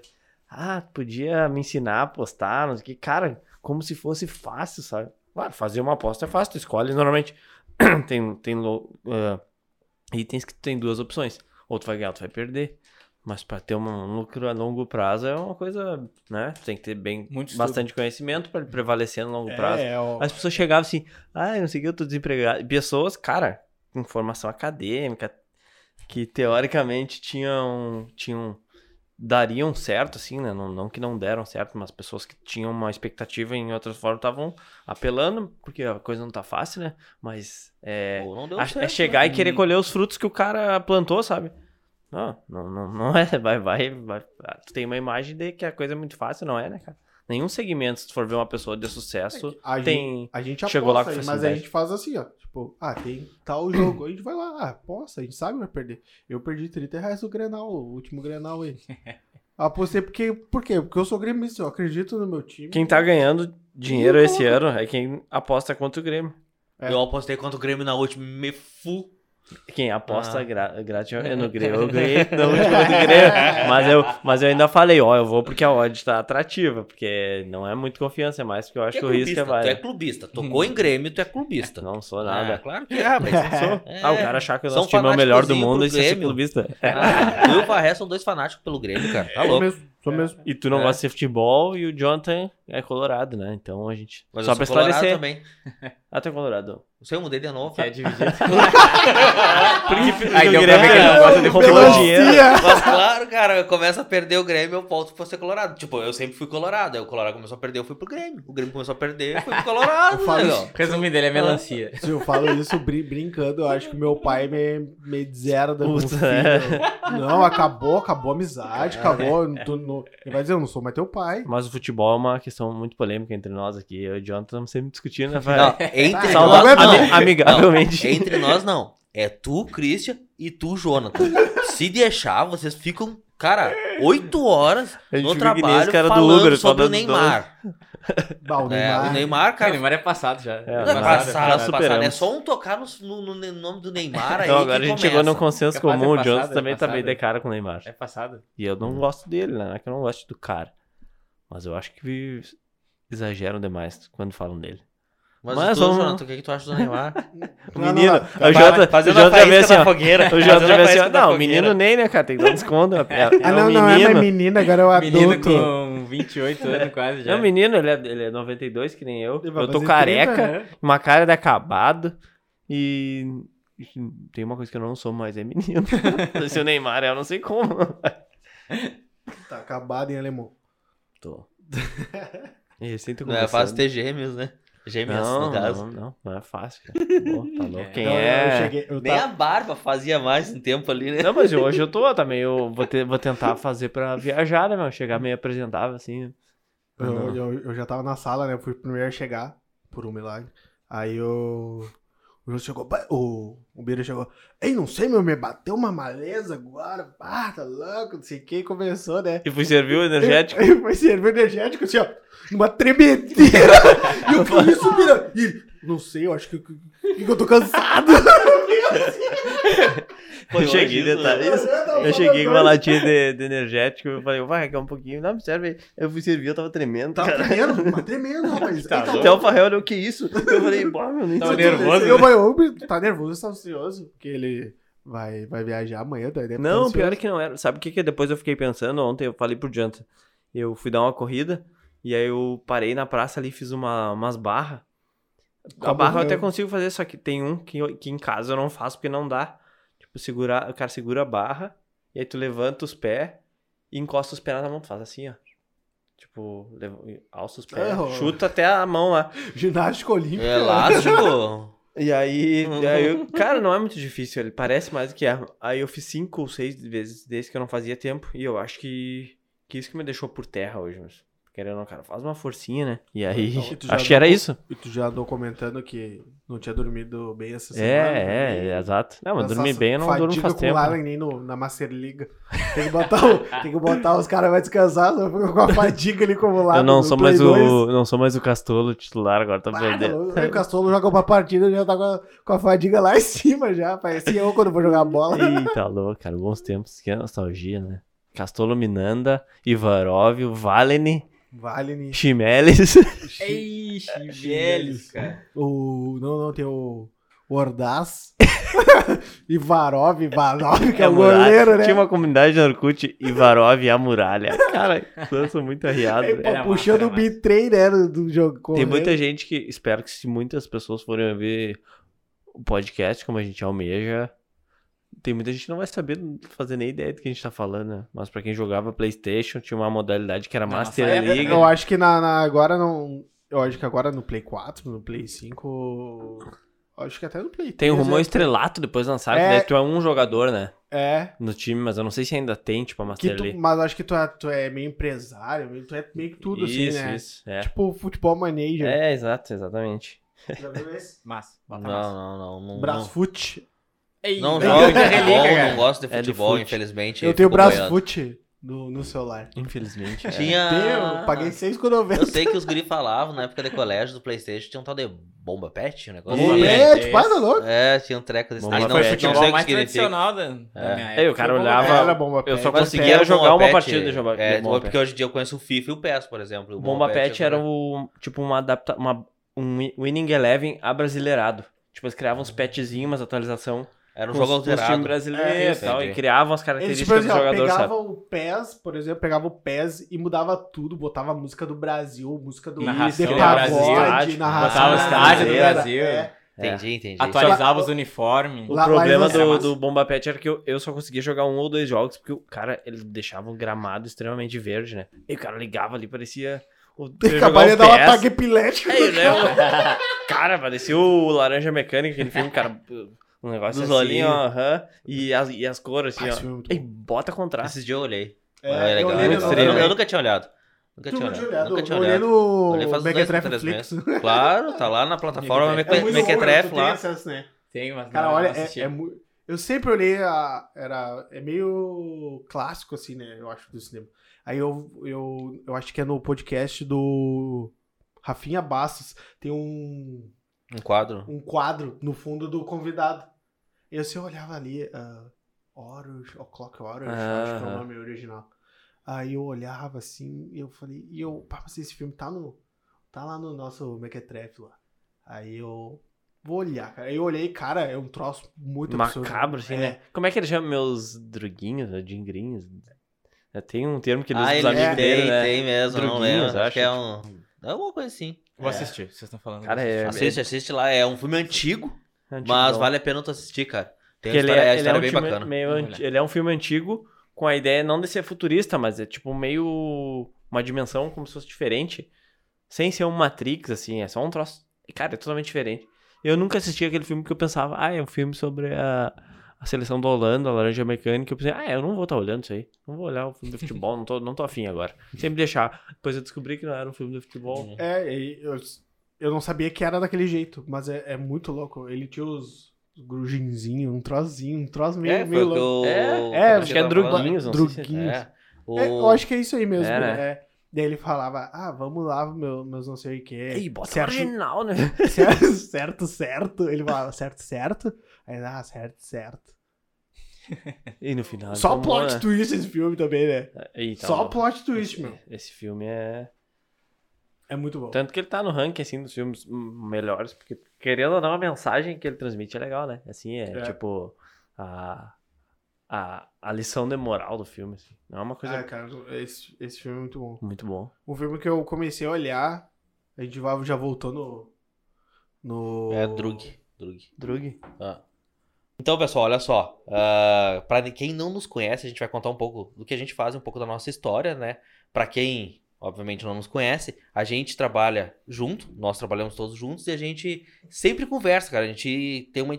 Speaker 2: ah, tu podia me ensinar a apostar, não sei o que. Cara, como se fosse fácil, sabe? Claro, fazer uma aposta é fácil, tu escolhe normalmente. <clears throat> tem tem lo- ah, itens que tu tem duas opções. Ou tu vai ganhar, ou tu vai perder. Mas pra ter um lucro a longo prazo é uma coisa, né? Tu Tem que ter bem,
Speaker 4: Muito estudo.
Speaker 2: bastante conhecimento pra ele prevalecer no longo prazo.
Speaker 3: É, ó,
Speaker 2: As pessoas chegavam assim, ah, eu não sei o que, eu tô desempregado. E Pessoas, cara, com formação acadêmica, que teoricamente tinham, tinham, dariam certo, assim, né? Não, não que não deram certo, mas pessoas que tinham uma expectativa em outras formas estavam apelando, porque a coisa não tá fácil, né? Mas é,
Speaker 1: Ou não deu
Speaker 2: a-
Speaker 1: certo,
Speaker 2: é
Speaker 1: né?
Speaker 2: chegar e querer colher os frutos que o cara plantou, sabe? Não, não, não, não <laughs> é. Vai, vai, vai. ah, Tu tem uma imagem de que a coisa é muito fácil, não é, né, cara? Nenhum segmento, se tu for ver uma pessoa de sucesso,
Speaker 3: a gente,
Speaker 2: tem.
Speaker 3: a gente
Speaker 2: chegou lá com
Speaker 3: aposta, aí, mas a
Speaker 2: facilidade.
Speaker 3: gente faz assim, ó. Tipo, ah, tem
Speaker 2: <clears throat>
Speaker 3: tal jogo, a gente vai lá, ah, aposta, a gente sabe que vai perder. Eu perdi 30 reais no Grenal, o último
Speaker 2: <laughs>
Speaker 3: Grenal aí. Apostei porque, por quê? Porque eu sou gremista, eu acredito no meu time.
Speaker 2: Quem tá ganhando dinheiro esse ano é quem aposta contra o Grêmio.
Speaker 3: É.
Speaker 1: Eu apostei contra o Grêmio na última, me fu.
Speaker 2: Quem aposta
Speaker 1: Ah.
Speaker 2: gra- grátis é no Grêmio. Eu ganhei na última do Grêmio. Mas eu, mas eu ainda falei, ó, eu vou porque a odd tá atrativa. Porque não é muito confiança, é mais porque eu acho que, o risco é
Speaker 1: tu é
Speaker 2: vai. Uhum.
Speaker 1: clubista. Tocou em Grêmio, tu é clubista.
Speaker 2: Não sou nada.
Speaker 1: Ah, claro que é, mas É.
Speaker 2: <laughs> Ah, o cara é. achar que o
Speaker 1: São
Speaker 2: nosso time é o melhor do
Speaker 1: fanáticozinho
Speaker 2: mundo
Speaker 1: pro
Speaker 2: e ser
Speaker 1: Grêmio.
Speaker 2: clubista.
Speaker 1: Ah, tu e o Farré são dois fanáticos pelo Grêmio, cara. Tá louco.
Speaker 3: mesmo, sou mesmo.
Speaker 2: E tu não
Speaker 1: É.
Speaker 2: gosta de futebol e o Jonathan é colorado, né? Então a gente.
Speaker 1: Mas
Speaker 2: só
Speaker 1: eu
Speaker 2: pra
Speaker 1: sou colorado
Speaker 2: esclarecer.
Speaker 1: também.
Speaker 2: Até colorado.
Speaker 1: Não sei, eu mudei de novo.
Speaker 4: Que é
Speaker 1: cara.
Speaker 4: dividido.
Speaker 2: Porque
Speaker 4: Aí
Speaker 2: o
Speaker 4: deu pra
Speaker 2: Grêmio
Speaker 4: ver que ele não gosta de
Speaker 2: roubou
Speaker 4: futebol.
Speaker 2: dinheiro.
Speaker 1: <laughs> Mas claro, cara, eu começo a perder o Grêmio, eu volto pra ser colorado. Tipo, eu sempre fui colorado. Aí o Colorado começou a perder, eu fui pro Grêmio. O Grêmio começou a perder, eu fui
Speaker 2: <laughs>
Speaker 1: pro Colorado.
Speaker 3: Eu falo
Speaker 1: né,
Speaker 3: isso.
Speaker 1: meu?
Speaker 4: Resumindo, ele é melancia.
Speaker 3: Se eu falo isso brin- brincando, eu acho que meu pai me, me zera da
Speaker 2: Puta, é.
Speaker 3: filho. Não, acabou, acabou a amizade, acabou. eu não tô- não- Ele vai dizer, eu não sou mais teu pai.
Speaker 2: Mas o futebol é uma questão muito polêmica entre nós aqui. Eu e o Jonathan estamos sempre discutindo, né,
Speaker 1: Não,
Speaker 2: <laughs> velho?
Speaker 1: entre
Speaker 2: Só
Speaker 1: nós,
Speaker 2: ami-
Speaker 1: não.
Speaker 2: amigavelmente.
Speaker 1: Não, entre nós, não. É tu, Christian, e tu, Jonathan. Se deixar, vocês ficam Cara, oito horas
Speaker 2: A gente
Speaker 1: no
Speaker 2: fica que nem esse
Speaker 1: trabalho
Speaker 2: cara do
Speaker 1: falando sobre
Speaker 2: Uber,
Speaker 1: o
Speaker 2: falando dos
Speaker 1: Neymar.
Speaker 3: Bah, Ah, o
Speaker 1: É, o
Speaker 3: Neymar.
Speaker 1: Neymar,
Speaker 4: Cara, o
Speaker 1: cara,
Speaker 4: Neymar é passado já.
Speaker 2: É,
Speaker 1: Não, é
Speaker 2: Neymar,
Speaker 1: passado,
Speaker 2: já
Speaker 1: é passado.
Speaker 2: superamos.
Speaker 1: É só um tocar no, no- no nome do Neymar aí
Speaker 2: Então,
Speaker 1: que
Speaker 2: agora a gente chegou num
Speaker 1: começa.
Speaker 2: consenso
Speaker 4: Capaz é
Speaker 2: comum. o
Speaker 4: passado,
Speaker 2: Johnson
Speaker 4: é
Speaker 2: também tá meio
Speaker 4: passado.
Speaker 2: de cara com o Neymar.
Speaker 4: É passado.
Speaker 2: E eu não gosto dele, né? Não é que eu não gosto do cara. Mas eu acho que exageram demais quando falam dele.
Speaker 1: Mas,
Speaker 2: Mas
Speaker 1: tu,
Speaker 2: vamos-
Speaker 1: Jonathan, o que, que tu acha do Neymar?
Speaker 2: <laughs>
Speaker 3: Não, não,
Speaker 2: Menino,
Speaker 3: não. Ah,
Speaker 2: o Jota, o Jota já veio assim, ó.
Speaker 1: Tá
Speaker 2: <laughs>
Speaker 1: fogueira.
Speaker 2: O Jota já veio assim, ó. Não, menino nem, né, cara? Tem que dar um desconto. É, é
Speaker 3: Ah,
Speaker 2: um
Speaker 3: não,
Speaker 2: menino.
Speaker 3: não é mais menina, agora é o
Speaker 4: Menino
Speaker 3: adulto.
Speaker 4: com
Speaker 1: <laughs>
Speaker 4: 28 anos quase já.
Speaker 2: É um menino, ele é, ele é 92, que nem eu.
Speaker 3: Ele vai
Speaker 2: Eu tô
Speaker 3: fazer
Speaker 2: careca,
Speaker 3: 30, né?
Speaker 2: uma cara de acabado. E. Tem uma coisa que eu não sou mais, é <laughs> menino. Se o Neymar é, eu não sei como.
Speaker 3: Tá acabado em alemão.
Speaker 2: <laughs> Tô. E assim tu
Speaker 1: Não é fácil ter gêmeos, né? Gêmeas,
Speaker 2: não,
Speaker 1: no caso.
Speaker 2: não, não, não é fácil, <laughs> cara. Pô, tá louco. Quem
Speaker 3: Então,
Speaker 2: é?
Speaker 3: Eu cheguei, eu
Speaker 1: Nem
Speaker 3: tava-
Speaker 1: a barba fazia mais um tempo ali, né?
Speaker 2: Não, mas eu- hoje eu <laughs> tô também. Eu vou, te- vou tentar fazer pra viajar, né, meu? Chegar meio apresentável, assim.
Speaker 3: Eu, eu, eu já tava na sala, né? Eu fui o primeiro a chegar, por um milagre. Aí eu. O Jô chegou. "Bah", O, o Bira chegou. Ei, não sei, meu, me bateu uma maleza agora. Ah, tá louco, não sei quem começou, né?
Speaker 2: E fui servir o energético.
Speaker 3: Aí foi servir energético, assim, ó. Uma tremedeira. e eu que isso, Bira? E, não sei, eu acho que, que, que eu tô
Speaker 2: <laughs>
Speaker 3: cansado.
Speaker 1: Foi
Speaker 2: eu cheguei,
Speaker 1: hoje isso,
Speaker 2: detalhe.
Speaker 1: né?
Speaker 3: "Ah, tá,
Speaker 2: Eu cheguei com uma latinha de, de energético. Eu falei, vai, quer um pouquinho. Não, me serve aí. Eu fui servir, eu tava tremendo.
Speaker 3: Tá
Speaker 2: cara.
Speaker 3: tremendo, mas tremendo, rapaz.
Speaker 2: Tá
Speaker 3: Ei,
Speaker 2: louco. Até o Farrell olhou, o que isso? Eu falei, pô, meu, nem sei
Speaker 4: Tá
Speaker 2: o
Speaker 3: Eu tô-
Speaker 2: que é isso."
Speaker 4: nervoso,
Speaker 3: Eu,
Speaker 4: né?
Speaker 3: vai, ô, Bira, tá nervoso, tá ansioso, porque ele vai, vai viajar amanhã, tá? Ele deve tá
Speaker 2: Não,
Speaker 3: ansioso.
Speaker 2: pior é que não era. Sabe o que, que depois eu fiquei pensando? Ontem eu falei pro Janta. Eu fui dar uma corrida e aí eu parei na praça ali e fiz uma, umas barras. A
Speaker 3: Como
Speaker 2: barra eu
Speaker 3: eu-
Speaker 2: até consigo fazer, só que tem um que, eu- que em casa eu não faço porque não dá. Tipo, segurar, o cara segura a barra e aí tu levanta os pés e encosta os pés na mão, tu faz assim, ó. Tipo, leva- alça os pés,
Speaker 3: É, ó.
Speaker 2: chuta até a mão lá.
Speaker 3: Ginástica olímpica.
Speaker 1: É
Speaker 2: <laughs>
Speaker 1: elástico.
Speaker 2: E aí, aí eu- cara, não é muito difícil, ele parece mais do que é. Aí eu fiz cinco ou seis vezes desde que eu não fazia tempo, e eu acho que, que isso que me deixou por terra hoje, mas querendo ou não, cara, faz uma forcinha, né? E aí, <laughs>
Speaker 3: Então, tu já
Speaker 2: acho que era
Speaker 3: deu-
Speaker 2: isso.
Speaker 3: E tu já andou comentando que não tinha dormido bem essa semana. né?
Speaker 2: É, é, exato. Não, mas dormir bem eu não durmo faz tempo. né?
Speaker 3: Lá, nem no, na Master Liga. Tem que botar,
Speaker 2: <laughs>
Speaker 3: o- tem que botar os caras vai descansar, só fica com a fadiga ali acumulada.
Speaker 2: Eu não
Speaker 3: no
Speaker 2: sou
Speaker 3: Play
Speaker 2: mais
Speaker 3: 2.
Speaker 2: o, não sou mais o Castolo titular agora, tô
Speaker 3: Ah,
Speaker 2: perdendo.
Speaker 3: tá louco. o Castolo joga uma partida já tá com a, com a fadiga lá em cima já. Parece eu quando vou jogar bola.
Speaker 2: Eita, tá louco, cara, bons tempos, que nostalgia, né? Castolo Minanda, Ivarov, Valeni,
Speaker 3: Vale nisso.
Speaker 2: Chimeles.
Speaker 4: Ixi, velhos, cara.
Speaker 3: O, não, não, tem o, o Ordaz. Ivarov, Ivarov, que é,
Speaker 2: a
Speaker 3: o
Speaker 2: muralha.
Speaker 3: goleiro, né?
Speaker 2: Tinha uma comunidade no Orkut, Ivarov e a muralha. Cara, lançam muito arriado.
Speaker 3: Aí,
Speaker 2: né?
Speaker 3: pô,
Speaker 4: Era massa,
Speaker 3: puxando
Speaker 4: era
Speaker 3: o bitrem, né, do, do jogo.
Speaker 2: Tem
Speaker 3: correndo.
Speaker 2: muita gente que, espero que se muitas pessoas forem ver o podcast, como a gente almeja, tem muita gente que não vai saber, não fazer nem ideia do que a gente tá falando, né? Mas pra quem jogava Playstation, tinha uma modalidade que era
Speaker 4: Não,
Speaker 2: Master
Speaker 3: é
Speaker 4: nossa época,
Speaker 2: League.
Speaker 3: Eu acho que na, na- agora não. Eu acho que agora no Play 4, no Play 5. eu Acho que até no Play
Speaker 2: Tem o
Speaker 3: 3,
Speaker 2: Rumor
Speaker 3: né?
Speaker 2: Estrelato, depois lançaram,
Speaker 3: É.
Speaker 2: que daí tu é um jogador, né?
Speaker 3: É.
Speaker 2: No time, mas eu não sei se ainda tem, tipo, a
Speaker 3: Que
Speaker 2: Master
Speaker 3: tu,
Speaker 2: League.
Speaker 3: mas eu acho que tu é, tu é meio empresário, meio- tu é meio que tudo
Speaker 2: isso,
Speaker 3: assim, né?
Speaker 2: isso, é.
Speaker 3: Tipo futebol manager.
Speaker 2: É, exato, exatamente.
Speaker 3: Já viu esse?
Speaker 4: Massa,
Speaker 1: Não,
Speaker 4: bota massa.
Speaker 1: não, não.
Speaker 2: um
Speaker 1: Não,
Speaker 3: Brasfoot.
Speaker 4: Ei,
Speaker 1: não, não
Speaker 4: velho,
Speaker 1: jogo de
Speaker 4: já religa,
Speaker 1: futebol,
Speaker 4: cara.
Speaker 1: não gosto de
Speaker 2: É de
Speaker 1: futebol,
Speaker 2: fute.
Speaker 1: infelizmente.
Speaker 3: Eu tenho
Speaker 1: fico boiando.
Speaker 3: Brasfoot no, no celular.
Speaker 2: <laughs> Infelizmente.
Speaker 3: né?
Speaker 2: é.
Speaker 1: Tinha...
Speaker 3: Eu paguei
Speaker 1: Eu
Speaker 3: 6,90.
Speaker 1: sei que os guri falavam na época de colégio do Playstation, tinha um tal de bomba pet, um negócio.
Speaker 2: Bomba
Speaker 1: assim.
Speaker 2: Pet.
Speaker 3: É, tipo, ah, tá louco.
Speaker 1: É, tinha um treco desse.
Speaker 2: Bomba
Speaker 1: Aí não,
Speaker 2: Pet.
Speaker 1: não
Speaker 4: Futebol
Speaker 1: sei o que
Speaker 4: mais
Speaker 1: significa. É.
Speaker 4: tradicional da, da minha época.
Speaker 2: Aí o cara
Speaker 4: foi
Speaker 2: olhava,
Speaker 4: bomba-
Speaker 3: Era bomba
Speaker 2: eu só
Speaker 3: pet.
Speaker 2: consegui-
Speaker 1: Mas
Speaker 2: conseguia
Speaker 1: o
Speaker 2: jogar
Speaker 1: um Bomba
Speaker 2: uma
Speaker 1: Pet,
Speaker 2: partida de jogar-
Speaker 1: É,
Speaker 2: de Bomba
Speaker 1: porque hoje em dia eu conheço o FIFA e o é PES, por exemplo.
Speaker 2: O Bomba Pet
Speaker 1: um
Speaker 2: era o, tipo uma adapta, uma, um wi- Winning Eleven abrasileirado. Tipo, eles criavam uns petzinhos, umas atualização.
Speaker 1: Era um
Speaker 2: com
Speaker 1: jogo
Speaker 2: os- com os times
Speaker 1: alterado.
Speaker 3: É,
Speaker 2: brasileiros e tal.
Speaker 1: entendi.
Speaker 2: E criavam as
Speaker 3: Eles,
Speaker 2: características
Speaker 3: tipo, assim,
Speaker 2: do
Speaker 3: ó,
Speaker 2: jogador, sabe?
Speaker 3: pegava o PES, por exemplo, pegava o PES e mudava tudo, botava a música do Brasil, música do
Speaker 4: Narração
Speaker 3: de
Speaker 4: do
Speaker 3: pagode,
Speaker 2: Brasil,
Speaker 3: narração
Speaker 2: botava o estádio do
Speaker 3: brasileira,
Speaker 4: Brasil.
Speaker 3: é.
Speaker 1: Entendi, entendi.
Speaker 4: Atualizava os uniformes.
Speaker 2: O
Speaker 3: Lá- lá
Speaker 2: problema
Speaker 3: eles- era
Speaker 2: do,
Speaker 3: massa.
Speaker 2: do Bomba Pet era que eu, eu só conseguia jogar um ou dois jogos, porque o cara, ele deixava o gramado extremamente verde, né? E o cara ligava ali, parecia. O, eu ia
Speaker 3: Acabaria de
Speaker 2: jogar
Speaker 3: dar
Speaker 2: o
Speaker 3: um
Speaker 2: PES.
Speaker 3: ataque epilético.
Speaker 2: É, né? O- <laughs> Cara, parecia o Laranja Mecânica, aquele filme, cara. Um negócio
Speaker 1: Dos
Speaker 2: assim,
Speaker 1: olhinhos.
Speaker 2: ó, aham. e, as, e as cores, assim, ó.
Speaker 3: Ah, esse filme é muito
Speaker 2: E
Speaker 3: bom.
Speaker 2: bota contraste.
Speaker 1: Esses dias eu olhei.
Speaker 3: É,
Speaker 1: Ah, é legal.
Speaker 3: eu
Speaker 1: Eu,
Speaker 3: olhei
Speaker 2: no
Speaker 1: nunca-
Speaker 2: trailer.
Speaker 1: eu nunca tinha olhado. Nunca tinha olhado. Nunca tinha
Speaker 3: eu olhei
Speaker 1: olhado.
Speaker 3: no
Speaker 1: Olhei faz uns dois,
Speaker 3: Mequetrefe
Speaker 1: três
Speaker 3: Flix.
Speaker 1: meses. Claro, tá lá na plataforma
Speaker 4: É
Speaker 1: Meque-
Speaker 3: muito bom,
Speaker 1: Mequetrefe
Speaker 3: tu tem
Speaker 1: lá.
Speaker 3: acesso, né?
Speaker 4: Tem, mas
Speaker 3: Cara,
Speaker 4: não,
Speaker 3: olha,
Speaker 4: não
Speaker 3: é,
Speaker 4: assisti.
Speaker 3: é mu- Eu sempre olhei a. Era, é meio clássico, assim, né? Eu acho, do cinema. Aí eu, eu, eu acho que é no podcast do Rafinha Bastos. Tem um,
Speaker 1: Um quadro.
Speaker 3: um quadro no fundo do convidado. Eu se eu olhava ali, ah, Orange, o Clock Orange, acho que é o
Speaker 1: Aham.
Speaker 3: nome original. Aí eu olhava assim, e eu falei, e eu, pá, mas esse filme tá no. tá lá no nosso Mequetrefe lá. Aí eu vou olhar, cara. Aí eu olhei, cara, é um troço muito absurdo.
Speaker 2: Macabro, assim,
Speaker 3: É.
Speaker 2: né? Como é que ele chama meus droguinhos, né? Gringrinhos? É, Tem um termo que ele usa
Speaker 1: Ah,
Speaker 2: dos
Speaker 1: ele
Speaker 2: amigos
Speaker 1: tem,
Speaker 2: dele, né?
Speaker 1: tem mesmo, não
Speaker 2: Droguinhas,
Speaker 1: lembro. Acho
Speaker 2: acho,
Speaker 1: que é um. É alguma coisa assim.
Speaker 4: Vou
Speaker 2: É.
Speaker 4: assistir, vocês estão falando.
Speaker 2: Cara,
Speaker 4: vou
Speaker 2: é-
Speaker 4: assistir.
Speaker 1: Assiste, assiste lá. É um filme antigo,
Speaker 2: É antigo,
Speaker 1: mas
Speaker 2: não.
Speaker 1: vale a pena tu assistir, cara. Tem
Speaker 2: Porque
Speaker 1: uma
Speaker 2: ele
Speaker 1: história,
Speaker 2: é,
Speaker 1: a
Speaker 2: ele é
Speaker 1: história
Speaker 2: um
Speaker 1: bem
Speaker 2: filme
Speaker 1: bacana.
Speaker 2: meio
Speaker 4: Vou
Speaker 2: anti-
Speaker 4: olhar.
Speaker 2: ele é um filme antigo com a ideia não de ser futurista, mas é tipo meio uma dimensão como se fosse diferente, sem ser um Matrix assim, é só um troço. Cara, é totalmente diferente. Eu nunca assisti aquele filme porque eu pensava, ah, é um filme sobre a, a seleção da Holanda, a Laranja Mecânica. Eu pensei, ah, eu não vou estar olhando isso aí. Não vou olhar o filme de futebol, não tô, não tô afim agora. Sempre deixar. Depois eu descobri que não era um filme de futebol.
Speaker 3: É, e eu, eu não sabia que era daquele jeito, mas é, é muito louco. Ele tinha os grujinzinhos, um trozinho, um troço meio,
Speaker 1: É, foi
Speaker 3: meio
Speaker 1: o que
Speaker 3: louco.
Speaker 1: eu-
Speaker 2: É,
Speaker 1: o
Speaker 3: é,
Speaker 1: eu
Speaker 3: acho
Speaker 2: que é
Speaker 1: tava
Speaker 2: droguinhos,
Speaker 1: falando.
Speaker 2: não sei se-
Speaker 3: Droguinhos.
Speaker 1: É. O...
Speaker 3: É, eu acho que é isso aí mesmo,
Speaker 2: É,
Speaker 3: né?
Speaker 2: né?
Speaker 3: É. Daí ele falava, ah, vamos lá, meu- meus não sei o que.
Speaker 2: Ei, bota
Speaker 3: certo,
Speaker 2: original, né? <laughs>
Speaker 3: certo, <laughs> certo, certo. Ele falava, certo, certo. Aí, ah, certo, certo.
Speaker 2: E no final.
Speaker 3: Só
Speaker 2: então,
Speaker 3: plot
Speaker 2: né?
Speaker 3: twist esse filme também, né?
Speaker 2: Ih, tá
Speaker 3: Só
Speaker 2: louco.
Speaker 3: plot twist, meu.
Speaker 2: Esse filme é.
Speaker 3: É muito bom.
Speaker 2: Tanto que ele tá no ranking, assim, dos filmes m- melhores, porque querendo ou não, a mensagem que ele transmite é legal, né? Assim, é,
Speaker 3: É.
Speaker 2: tipo. A, a, a lição de moral do filme, assim. Não é uma coisa
Speaker 3: Ah, cara, esse, esse filme é muito bom.
Speaker 2: muito bom.
Speaker 3: Um filme que eu comecei a olhar, a gente va- já voltou no... No...
Speaker 1: É, Drug. Drug.
Speaker 2: Drug.
Speaker 1: Ah. Então, pessoal, olha só. ah, Pra para quem não nos conhece, a gente vai contar um pouco do que a gente faz, um pouco da nossa história, né? Pra quem, obviamente, não nos conhece, a gente trabalha junto, nós trabalhamos todos juntos e a gente sempre conversa, cara. A gente tem uma,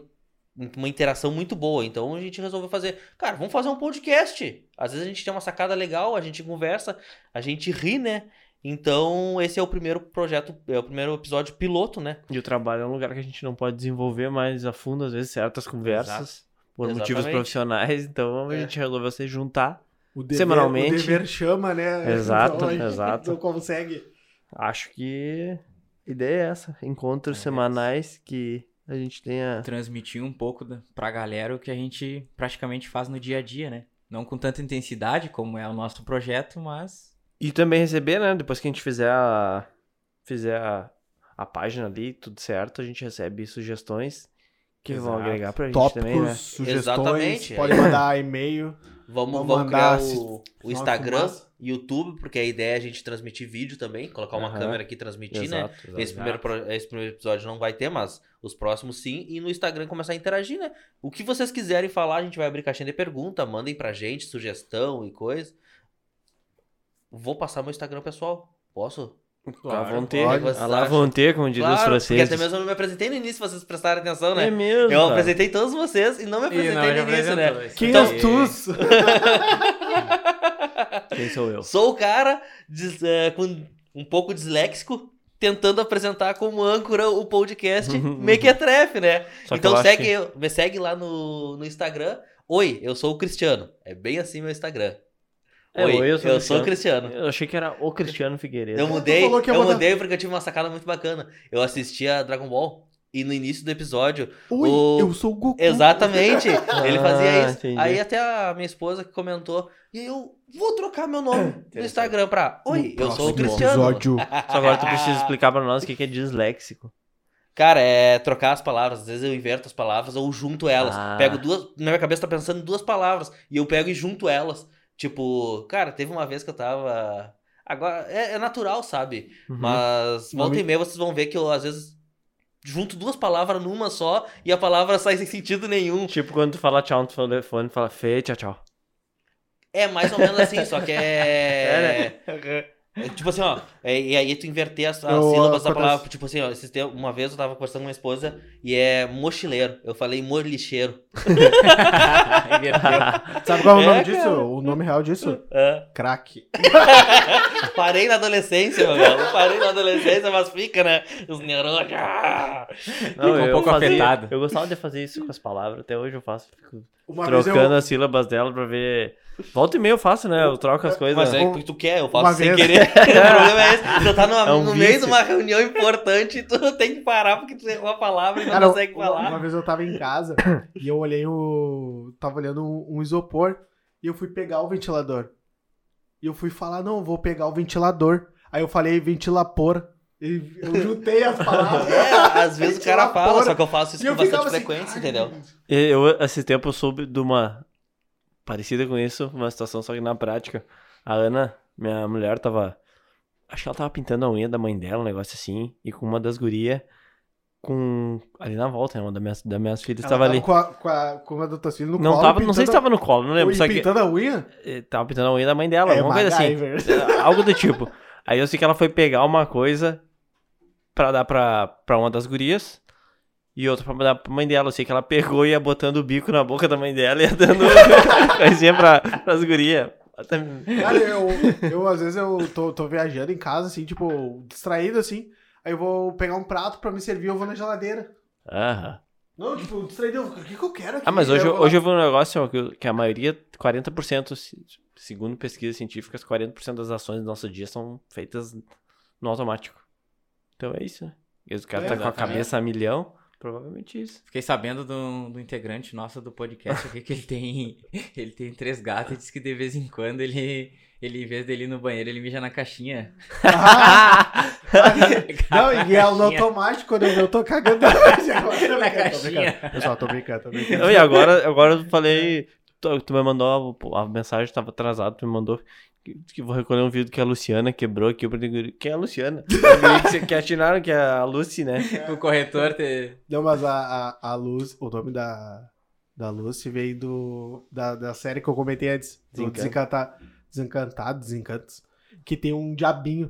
Speaker 1: uma interação muito boa. Então a gente resolveu fazer, cara, vamos fazer um podcast. Às vezes a gente tem uma sacada legal, a gente conversa, a gente ri, né? Então, esse é o primeiro projeto, é o primeiro episódio piloto, né?
Speaker 2: E o trabalho é um lugar que a gente não pode desenvolver mais a fundo, às vezes, certas conversas. Por motivos
Speaker 1: Exatamente.
Speaker 2: profissionais, então
Speaker 3: É.
Speaker 2: a gente resolveu se juntar.
Speaker 3: O dever,
Speaker 2: Semanalmente.
Speaker 3: O dever chama, né?
Speaker 2: Exato,
Speaker 3: <laughs> Então a gente
Speaker 2: exato.
Speaker 3: Não consegue...
Speaker 2: Acho que a ideia é essa. Encontros semanais que a gente tenha.
Speaker 4: transmitir um pouco da, pra galera o que a gente praticamente faz no dia a dia, né? Não com tanta intensidade como é o nosso projeto, mas
Speaker 2: E também receber, né? Depois que a gente fizer a. Fizer a, a página ali, tudo certo, a gente recebe sugestões que vão
Speaker 3: Exato.
Speaker 2: agregar pra gente
Speaker 3: tópicos,
Speaker 2: também, né?
Speaker 3: sugestões,
Speaker 1: Exatamente.
Speaker 3: pode mandar e-mail.
Speaker 1: Vamos,
Speaker 3: Vamos
Speaker 1: vamos
Speaker 3: mandar
Speaker 1: criar
Speaker 3: se-
Speaker 1: o, o
Speaker 3: uma
Speaker 1: Instagram,
Speaker 3: fumaça.
Speaker 1: YouTube, porque a ideia é a gente transmitir vídeo também, colocar uma
Speaker 2: Aham.
Speaker 1: câmera aqui e transmitir, né?
Speaker 2: Exato, exato.
Speaker 1: Esse primeiro, pro- esse primeiro episódio não vai ter, mas os próximos sim. E no Instagram começar a interagir, né? O que vocês quiserem falar, a gente vai abrir caixinha de pergunta, mandem pra gente, sugestão e coisa. Vou passar meu Instagram pessoal. Posso?
Speaker 2: Lá vão ter,
Speaker 3: Claro,
Speaker 1: você
Speaker 2: ah, lá
Speaker 1: acha?
Speaker 2: vão ter, como diriam os
Speaker 1: porque
Speaker 2: franceses.
Speaker 1: até mesmo eu não me apresentei no início, se vocês prestaram atenção,
Speaker 2: É
Speaker 1: né?
Speaker 2: mesmo.
Speaker 1: eu
Speaker 2: cara.
Speaker 1: apresentei todos vocês e não me apresentei no início, né?
Speaker 3: Quem
Speaker 1: Então-
Speaker 3: então, tus?
Speaker 2: Quem sou eu?
Speaker 1: Sou o cara dis- é, com um pouco disléxico tentando apresentar como âncora o
Speaker 2: <laughs>
Speaker 1: podcast Mequetrefe, né?
Speaker 2: Só que
Speaker 1: então
Speaker 2: eu acho
Speaker 1: segue,
Speaker 2: que-
Speaker 1: eu- me segue lá no, no Instagram. Oi, eu sou o Cristiano. É bem assim meu Instagram.
Speaker 2: É,
Speaker 1: Oi,
Speaker 2: oi,
Speaker 1: eu,
Speaker 2: eu
Speaker 1: sou,
Speaker 2: sou
Speaker 1: o
Speaker 2: Cristiano.
Speaker 1: Cristiano.
Speaker 2: Eu achei que era o Cristiano Figueiredo.
Speaker 1: Eu mudei,
Speaker 3: falou que ia
Speaker 1: eu
Speaker 3: botar-
Speaker 1: mudei porque eu tive uma sacada muito bacana. Eu assistia Dragon Ball e no início do episódio
Speaker 2: <laughs>
Speaker 3: Oi,
Speaker 1: O-
Speaker 3: eu sou o Goku.
Speaker 1: Exatamente. Ele fazia isso.
Speaker 2: Ah, entendi.
Speaker 1: Aí até a minha esposa que comentou. E eu vou trocar meu
Speaker 2: <coughs>
Speaker 1: nome no Instagram pra. Oi, eu sou o
Speaker 3: Próximo
Speaker 1: Cristiano.
Speaker 3: Episódio.
Speaker 2: Só agora <laughs> tu precisa explicar pra nós o que que é disléxico.
Speaker 1: Cara, é trocar as palavras. Às vezes eu inverto as palavras ou junto elas.
Speaker 2: Ah.
Speaker 1: Pego duas. Na minha cabeça tá pensando em duas palavras. E eu pego e junto elas. Tipo, cara, teve uma vez que eu tava. Agora, é, é natural, sabe?
Speaker 2: Uhum.
Speaker 1: Mas volta e meia vocês vão ver que eu, às vezes, junto duas palavras numa só e a palavra <laughs> sai sem sentido nenhum.
Speaker 2: Tipo quando tu fala tchau no telefone,
Speaker 1: <laughs>
Speaker 2: fala fê, tchau, tchau.
Speaker 3: <laughs>
Speaker 1: É mais ou menos assim, só que é. É, tipo assim, ó. é- e aí tu inverter as, as
Speaker 3: né? Eu,
Speaker 1: sílabas da
Speaker 3: quantas-
Speaker 1: palavra. Tipo assim, ó. esses tempos- uma vez eu tava conversando com minha esposa e é mochileiro. Eu falei morlixeiro.
Speaker 4: Inverteu.
Speaker 3: Sabe qual é o
Speaker 1: É,
Speaker 3: nome disso?
Speaker 1: cara.
Speaker 3: O nome real disso?
Speaker 1: É.
Speaker 3: Crack.
Speaker 1: Parei na adolescência, meu velho. Parei na adolescência, mas fica, né? Os neurônios. ah!
Speaker 2: Não,
Speaker 4: Ficou um pouco
Speaker 2: fazia-
Speaker 4: afetado.
Speaker 2: Eu gostava de fazer isso com as palavras, até hoje eu faço. Fico
Speaker 3: Uma
Speaker 2: trocando as sílabas dela pra ver. Volta e meia eu faço, né? Eu troco as coisas.
Speaker 1: Mas é
Speaker 3: um-
Speaker 1: porque tu quer, eu faço
Speaker 3: uma
Speaker 1: sem
Speaker 3: vez.
Speaker 1: querer. <laughs> o problema é esse. Tu tá numa-
Speaker 2: É um
Speaker 1: no meio de
Speaker 2: vício.
Speaker 1: uma reunião importante e tu tem que parar porque tu errou a palavra e não
Speaker 3: Cara,
Speaker 1: consegue
Speaker 3: uma,
Speaker 1: falar.
Speaker 3: uma vez eu tava em casa e eu olhei o. Tava olhando um, um isopor e eu fui pegar o ventilador. E eu fui falar, não, eu vou pegar o ventilador. Aí eu falei ventilapor. E eu juntei as
Speaker 1: <laughs>
Speaker 3: palavras.
Speaker 1: É, às vezes o cara fala, só que eu faço isso
Speaker 3: E eu
Speaker 1: com bastante
Speaker 3: ficava assim,
Speaker 1: frequência,
Speaker 3: "Ai,
Speaker 1: entendeu?
Speaker 2: E Eu, esse tempo, eu soube de uma parecida com isso, uma situação só que na prática. A Ana, minha mulher, tava. Acho que ela tava pintando a unha da mãe dela, um negócio assim, e com uma das gurias, com. Ali na volta, né? Uma das minhas, das minhas filhas
Speaker 3: Ela
Speaker 2: tava ali.
Speaker 3: Com a, com a, com uma das tuas filhas no
Speaker 2: Não,
Speaker 3: colo.
Speaker 2: tava, não sei se
Speaker 3: pintando-
Speaker 2: tava no colo, não lembro.
Speaker 3: e
Speaker 2: Só que
Speaker 3: pintando a unha?
Speaker 2: eh, tava pintando a unha da mãe dela,
Speaker 3: é,
Speaker 2: alguma coisa assim.
Speaker 3: MacGyver.
Speaker 2: É, <laughs> Algo do tipo. Aí eu sei que ela foi pegar uma coisa pra dar pra, pra uma das gurias e outra pra dar pra mãe dela. Eu sei que ela pegou e ia botando o bico na boca da mãe dela e ia dando <laughs> coisinha pra, pras gurias. Até-
Speaker 3: Cara, eu, eu às vezes eu tô, tô viajando em casa, assim, tipo, distraído, assim. Aí eu vou pegar um prato pra me servir, eu vou na geladeira.
Speaker 2: Aham.
Speaker 3: Não, tipo, distraído, eu- o que que eu quero aqui?
Speaker 2: Ah, mas hoje,
Speaker 3: Aí
Speaker 2: eu-
Speaker 3: eu vou lá.
Speaker 2: hoje eu vi um negócio que eu- que a maioria, 40%, se- segundo pesquisas científicas, 40% das ações do nosso dia são feitas no automático. Então é isso, né? E o cara
Speaker 3: É,
Speaker 2: tá com a
Speaker 4: exatamente.
Speaker 2: cabeça a milhão, provavelmente é isso.
Speaker 4: Fiquei sabendo do, do integrante nosso do podcast aqui que ele tem, <laughs> ele tem três gatos e diz que de vez em quando ele, ele em vez dele ir no banheiro, ele mija na caixinha. <laughs>
Speaker 3: <laughs> Não, e é no automático, quando eu tô cagando. <laughs>
Speaker 4: Na
Speaker 3: na
Speaker 4: caixinha.
Speaker 3: Pessoal, tô brincando, tô brincando.
Speaker 2: Não, e agora, agora eu falei. Tu, tu me mandou a, a mensagem, tava atrasado, tu me mandou. Que, que vou recolher um vídeo que a Luciana quebrou aqui. Eu perguntei, quem é a Luciana? que, que atiraram, que é a Lucy, né?
Speaker 4: O corretor te-
Speaker 3: Não, mas a, a, a luz, o nome da, da luz veio do, da, da série que eu comentei antes. Do
Speaker 2: Desencanto.
Speaker 3: Desencantar, Desencantado, Desencantos. Que tem um diabinho.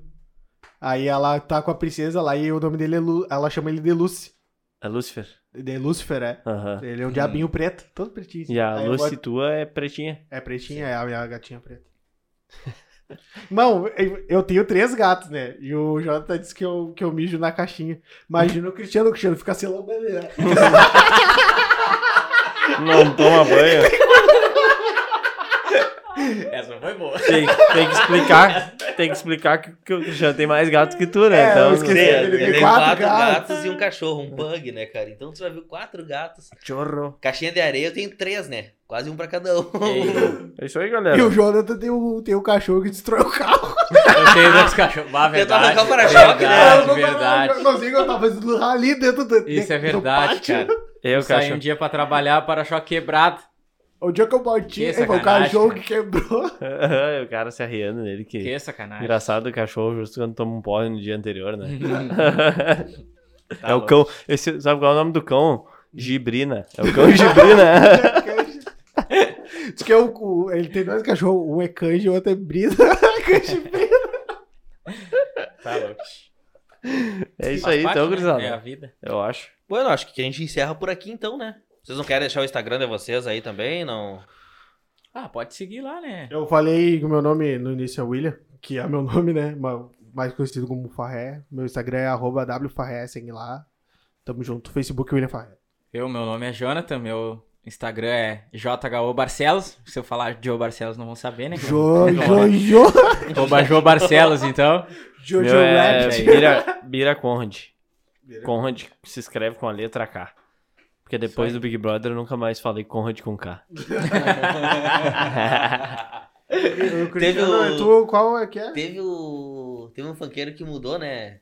Speaker 3: Aí ela tá com a princesa lá e o nome dele é Lu, Ela chama ele de Lucy.
Speaker 2: É Lucifer.
Speaker 3: De Lucifer, é.
Speaker 2: Aham.
Speaker 3: Ele é um diabinho preto, todo pretinho.
Speaker 2: Hum. E a
Speaker 3: Aí eu
Speaker 2: Lucy
Speaker 3: gosto-
Speaker 2: tua é pretinha.
Speaker 3: É pretinha, é a minha gatinha preta. <laughs> Não, eu- eu tenho três gatos, né? E o Jonathan disse que eu, que eu mijo na caixinha. Imagina o Cristiano, o Cristiano fica assim, lambendo, né?
Speaker 2: Não toma banho.
Speaker 4: Essa foi boa.
Speaker 2: Tem, tem que explicar. Tem que explicar que, que eu já tem mais gato que tu, né?
Speaker 3: É, eu
Speaker 2: então,
Speaker 3: esqueci.
Speaker 1: Sim,
Speaker 3: ele tem
Speaker 1: ele tem
Speaker 3: quatro
Speaker 1: quatro
Speaker 3: gatos.
Speaker 1: gatos e um cachorro, um pug, né, cara? Então tu já viu quatro gatos.
Speaker 2: Chorro.
Speaker 1: Caixinha de areia eu tenho três, né? Quase um pra cada <laughs> um.
Speaker 2: É isso aí,
Speaker 3: E
Speaker 2: galera.
Speaker 3: o Jonathan tem um, tem um cachorro que destrói o carro.
Speaker 4: Eu tenho dois cachorros. Ah, verdade.
Speaker 1: arrancar o para-choque, né?
Speaker 4: verdade,
Speaker 3: Eu
Speaker 4: É, verdade.
Speaker 3: Não sei que eu tava fazendo rali dentro do
Speaker 4: Isso
Speaker 3: dentro
Speaker 4: é
Speaker 3: do
Speaker 4: verdade,
Speaker 3: pátio.
Speaker 4: cara.
Speaker 2: Eu,
Speaker 4: Eu saí um
Speaker 2: É <laughs> cachorro.
Speaker 4: dia pra trabalhar, para-choque quebrado.
Speaker 3: O dia que eu bati,
Speaker 4: Que
Speaker 3: foi o
Speaker 4: sacanagem, né?
Speaker 3: cachorro
Speaker 4: cara.
Speaker 2: <laughs>
Speaker 3: que quebrou.
Speaker 2: Aham, o cara se arriando nele que.
Speaker 4: Que sacanagem.
Speaker 2: Engraçado o cachorro justo quando toma um pó no dia anterior, né?
Speaker 4: Tá
Speaker 1: Hum,
Speaker 2: é o
Speaker 4: louco.
Speaker 2: cão. Esse, sabe qual é o nome do cão? Gibrina. É o cão <laughs> Gibrina.
Speaker 3: Diz que é o- o- ele tem dois cachorros, um é canja e o outro é brisa. Canja e brisa.
Speaker 4: Tá louco.
Speaker 2: <laughs> é isso
Speaker 4: Faz
Speaker 2: aí,
Speaker 4: parte,
Speaker 2: então,
Speaker 4: né?
Speaker 2: gurizada.
Speaker 4: É a vida.
Speaker 2: Eu acho.
Speaker 1: Bueno, acho que a gente encerra por aqui então, né? Vocês não querem deixar o Instagram de vocês aí também? Não.
Speaker 4: Ah, pode seguir lá, né?
Speaker 3: <laughs> Eu falei que o meu nome no início é William, que é meu nome, né? ma- Mais conhecido como Farré. Meu Instagram é arroba wfarré, segue lá. Tamo junto. Facebook William Farré.
Speaker 4: Eu, meu nome é Jonathan, meu Instagram é JHO Barcelos. Se eu falar Joe Barcelos, não vão saber, né? <laughs>
Speaker 3: Jo, jo, jo,
Speaker 4: Arroba Joe Então, Barcelos, então.
Speaker 3: jo, jo,
Speaker 2: Meu é
Speaker 3: Rabbit.
Speaker 2: Bira, Bira Conrad.
Speaker 3: Bira.
Speaker 2: Conrad se escreve com a letra K. Porque depois
Speaker 4: Isso
Speaker 2: do Big Brother eu nunca mais falei Conrad com
Speaker 1: <laughs>
Speaker 2: K.
Speaker 3: O Cristiano,
Speaker 1: Teve o-
Speaker 3: é tu, qual é que é?
Speaker 1: Teve o. Teve um funkeiro que mudou, né?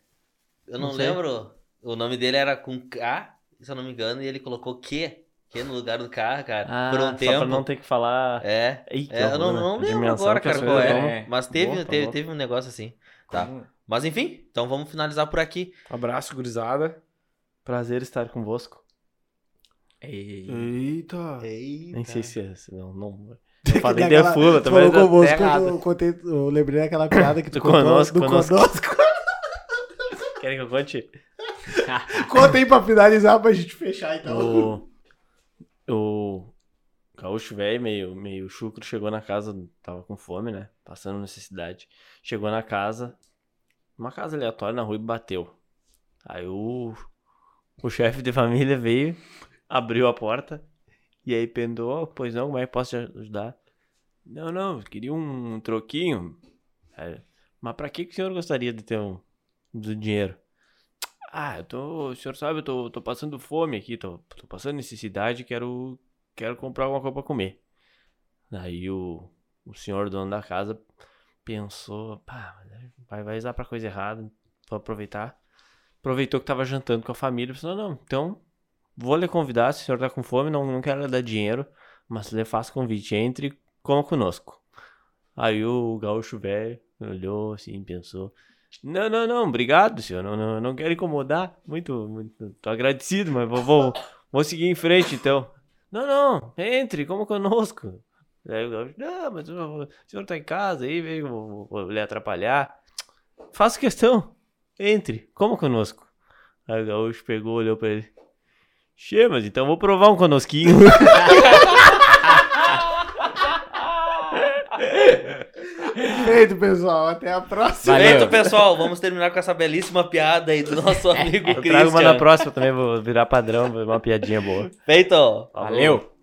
Speaker 1: Eu não,
Speaker 2: Não sei.
Speaker 1: lembro. O nome dele era com K, se eu não me engano, e ele colocou Q. Q no lugar do K, cara.
Speaker 2: Ah,
Speaker 1: por um
Speaker 2: só
Speaker 1: tempo.
Speaker 2: pra não ter que falar.
Speaker 1: É.
Speaker 2: Eita,
Speaker 1: É, eu não,
Speaker 2: né?
Speaker 1: não
Speaker 2: A
Speaker 1: lembro
Speaker 2: dimensão
Speaker 1: agora,
Speaker 2: que as
Speaker 1: cara, qual
Speaker 2: coisas
Speaker 1: é.
Speaker 2: tomam.
Speaker 4: é.
Speaker 1: Mas teve,
Speaker 2: Boa, tá
Speaker 1: teve,
Speaker 2: bom.
Speaker 1: teve um negócio assim. Tá.
Speaker 4: Como-
Speaker 1: Mas enfim, então vamos finalizar por aqui.
Speaker 2: Abraço, gurizada. Prazer estar convosco.
Speaker 3: Hum.
Speaker 4: Ei,
Speaker 3: Eita.
Speaker 2: Nem sei se é. se Não,
Speaker 3: <laughs>
Speaker 2: não. Eu
Speaker 3: Tem
Speaker 2: falei
Speaker 3: aquela-
Speaker 2: de fula,
Speaker 3: Tu
Speaker 2: também
Speaker 3: falou
Speaker 2: tá
Speaker 3: convosco,
Speaker 2: errado.
Speaker 3: eu, contei, eu lembrei daquela piada que tu
Speaker 2: Do <laughs>
Speaker 3: contou
Speaker 2: conosco,
Speaker 3: do
Speaker 2: conosco.
Speaker 3: conosco.
Speaker 2: <laughs> Querem que eu conte?
Speaker 3: Conta aí pra finalizar, pra gente
Speaker 2: <laughs>
Speaker 3: fechar então.
Speaker 2: O, <laughs> o gaúcho velho, meio, meio chucro, chegou na casa, tava com fome, né? Passando necessidade. Chegou na casa, uma casa aleatória na rua e bateu. Aí o, o chefe de família veio, abriu a porta e aí pendou: "Oh, Pois não, como é que posso te ajudar? Não, não, eu queria um troquinho. Aí, Mas pra que, que o senhor gostaria de ter um do dinheiro? Ah, eu tô, o senhor sabe, eu tô, tô passando fome aqui, tô, tô passando necessidade, quero, quero comprar alguma coisa pra comer. Daí o, o senhor dono da casa pensou, pá, vai, vai usar pra coisa errada, vou aproveitar. Aproveitou que tava jantando com a família, pensou, não, então vou lhe convidar, se o senhor tá com fome, não, não quero lhe dar dinheiro, mas lhe faço convite, entre e coma conosco. Aí o gaúcho velho olhou assim, pensou, não, não, não, obrigado, senhor. Não, não, não quero incomodar. Muito, muito. Tô agradecido, mas vou, vou, vou seguir em frente, então. Não, não, entre, como conosco. Daí o gaúcho, não, mas o o senhor tá em casa aí, veio vou, vou- vou lhe atrapalhar. Faço questão. Entre, como conosco. Aí o gaúcho pegou, olhou pra ele. Xê, mas então vou provar um conosquinho.
Speaker 3: Feito, pessoal. Até a próxima.
Speaker 4: Valeu.
Speaker 1: Feito, pessoal. Vamos terminar com essa belíssima piada aí do
Speaker 2: <laughs>
Speaker 1: nosso amigo
Speaker 2: Eu trago uma
Speaker 1: Christian.
Speaker 2: na próxima também, vou virar padrão, uma piadinha boa.
Speaker 1: Feito.
Speaker 2: Falou.
Speaker 4: Valeu!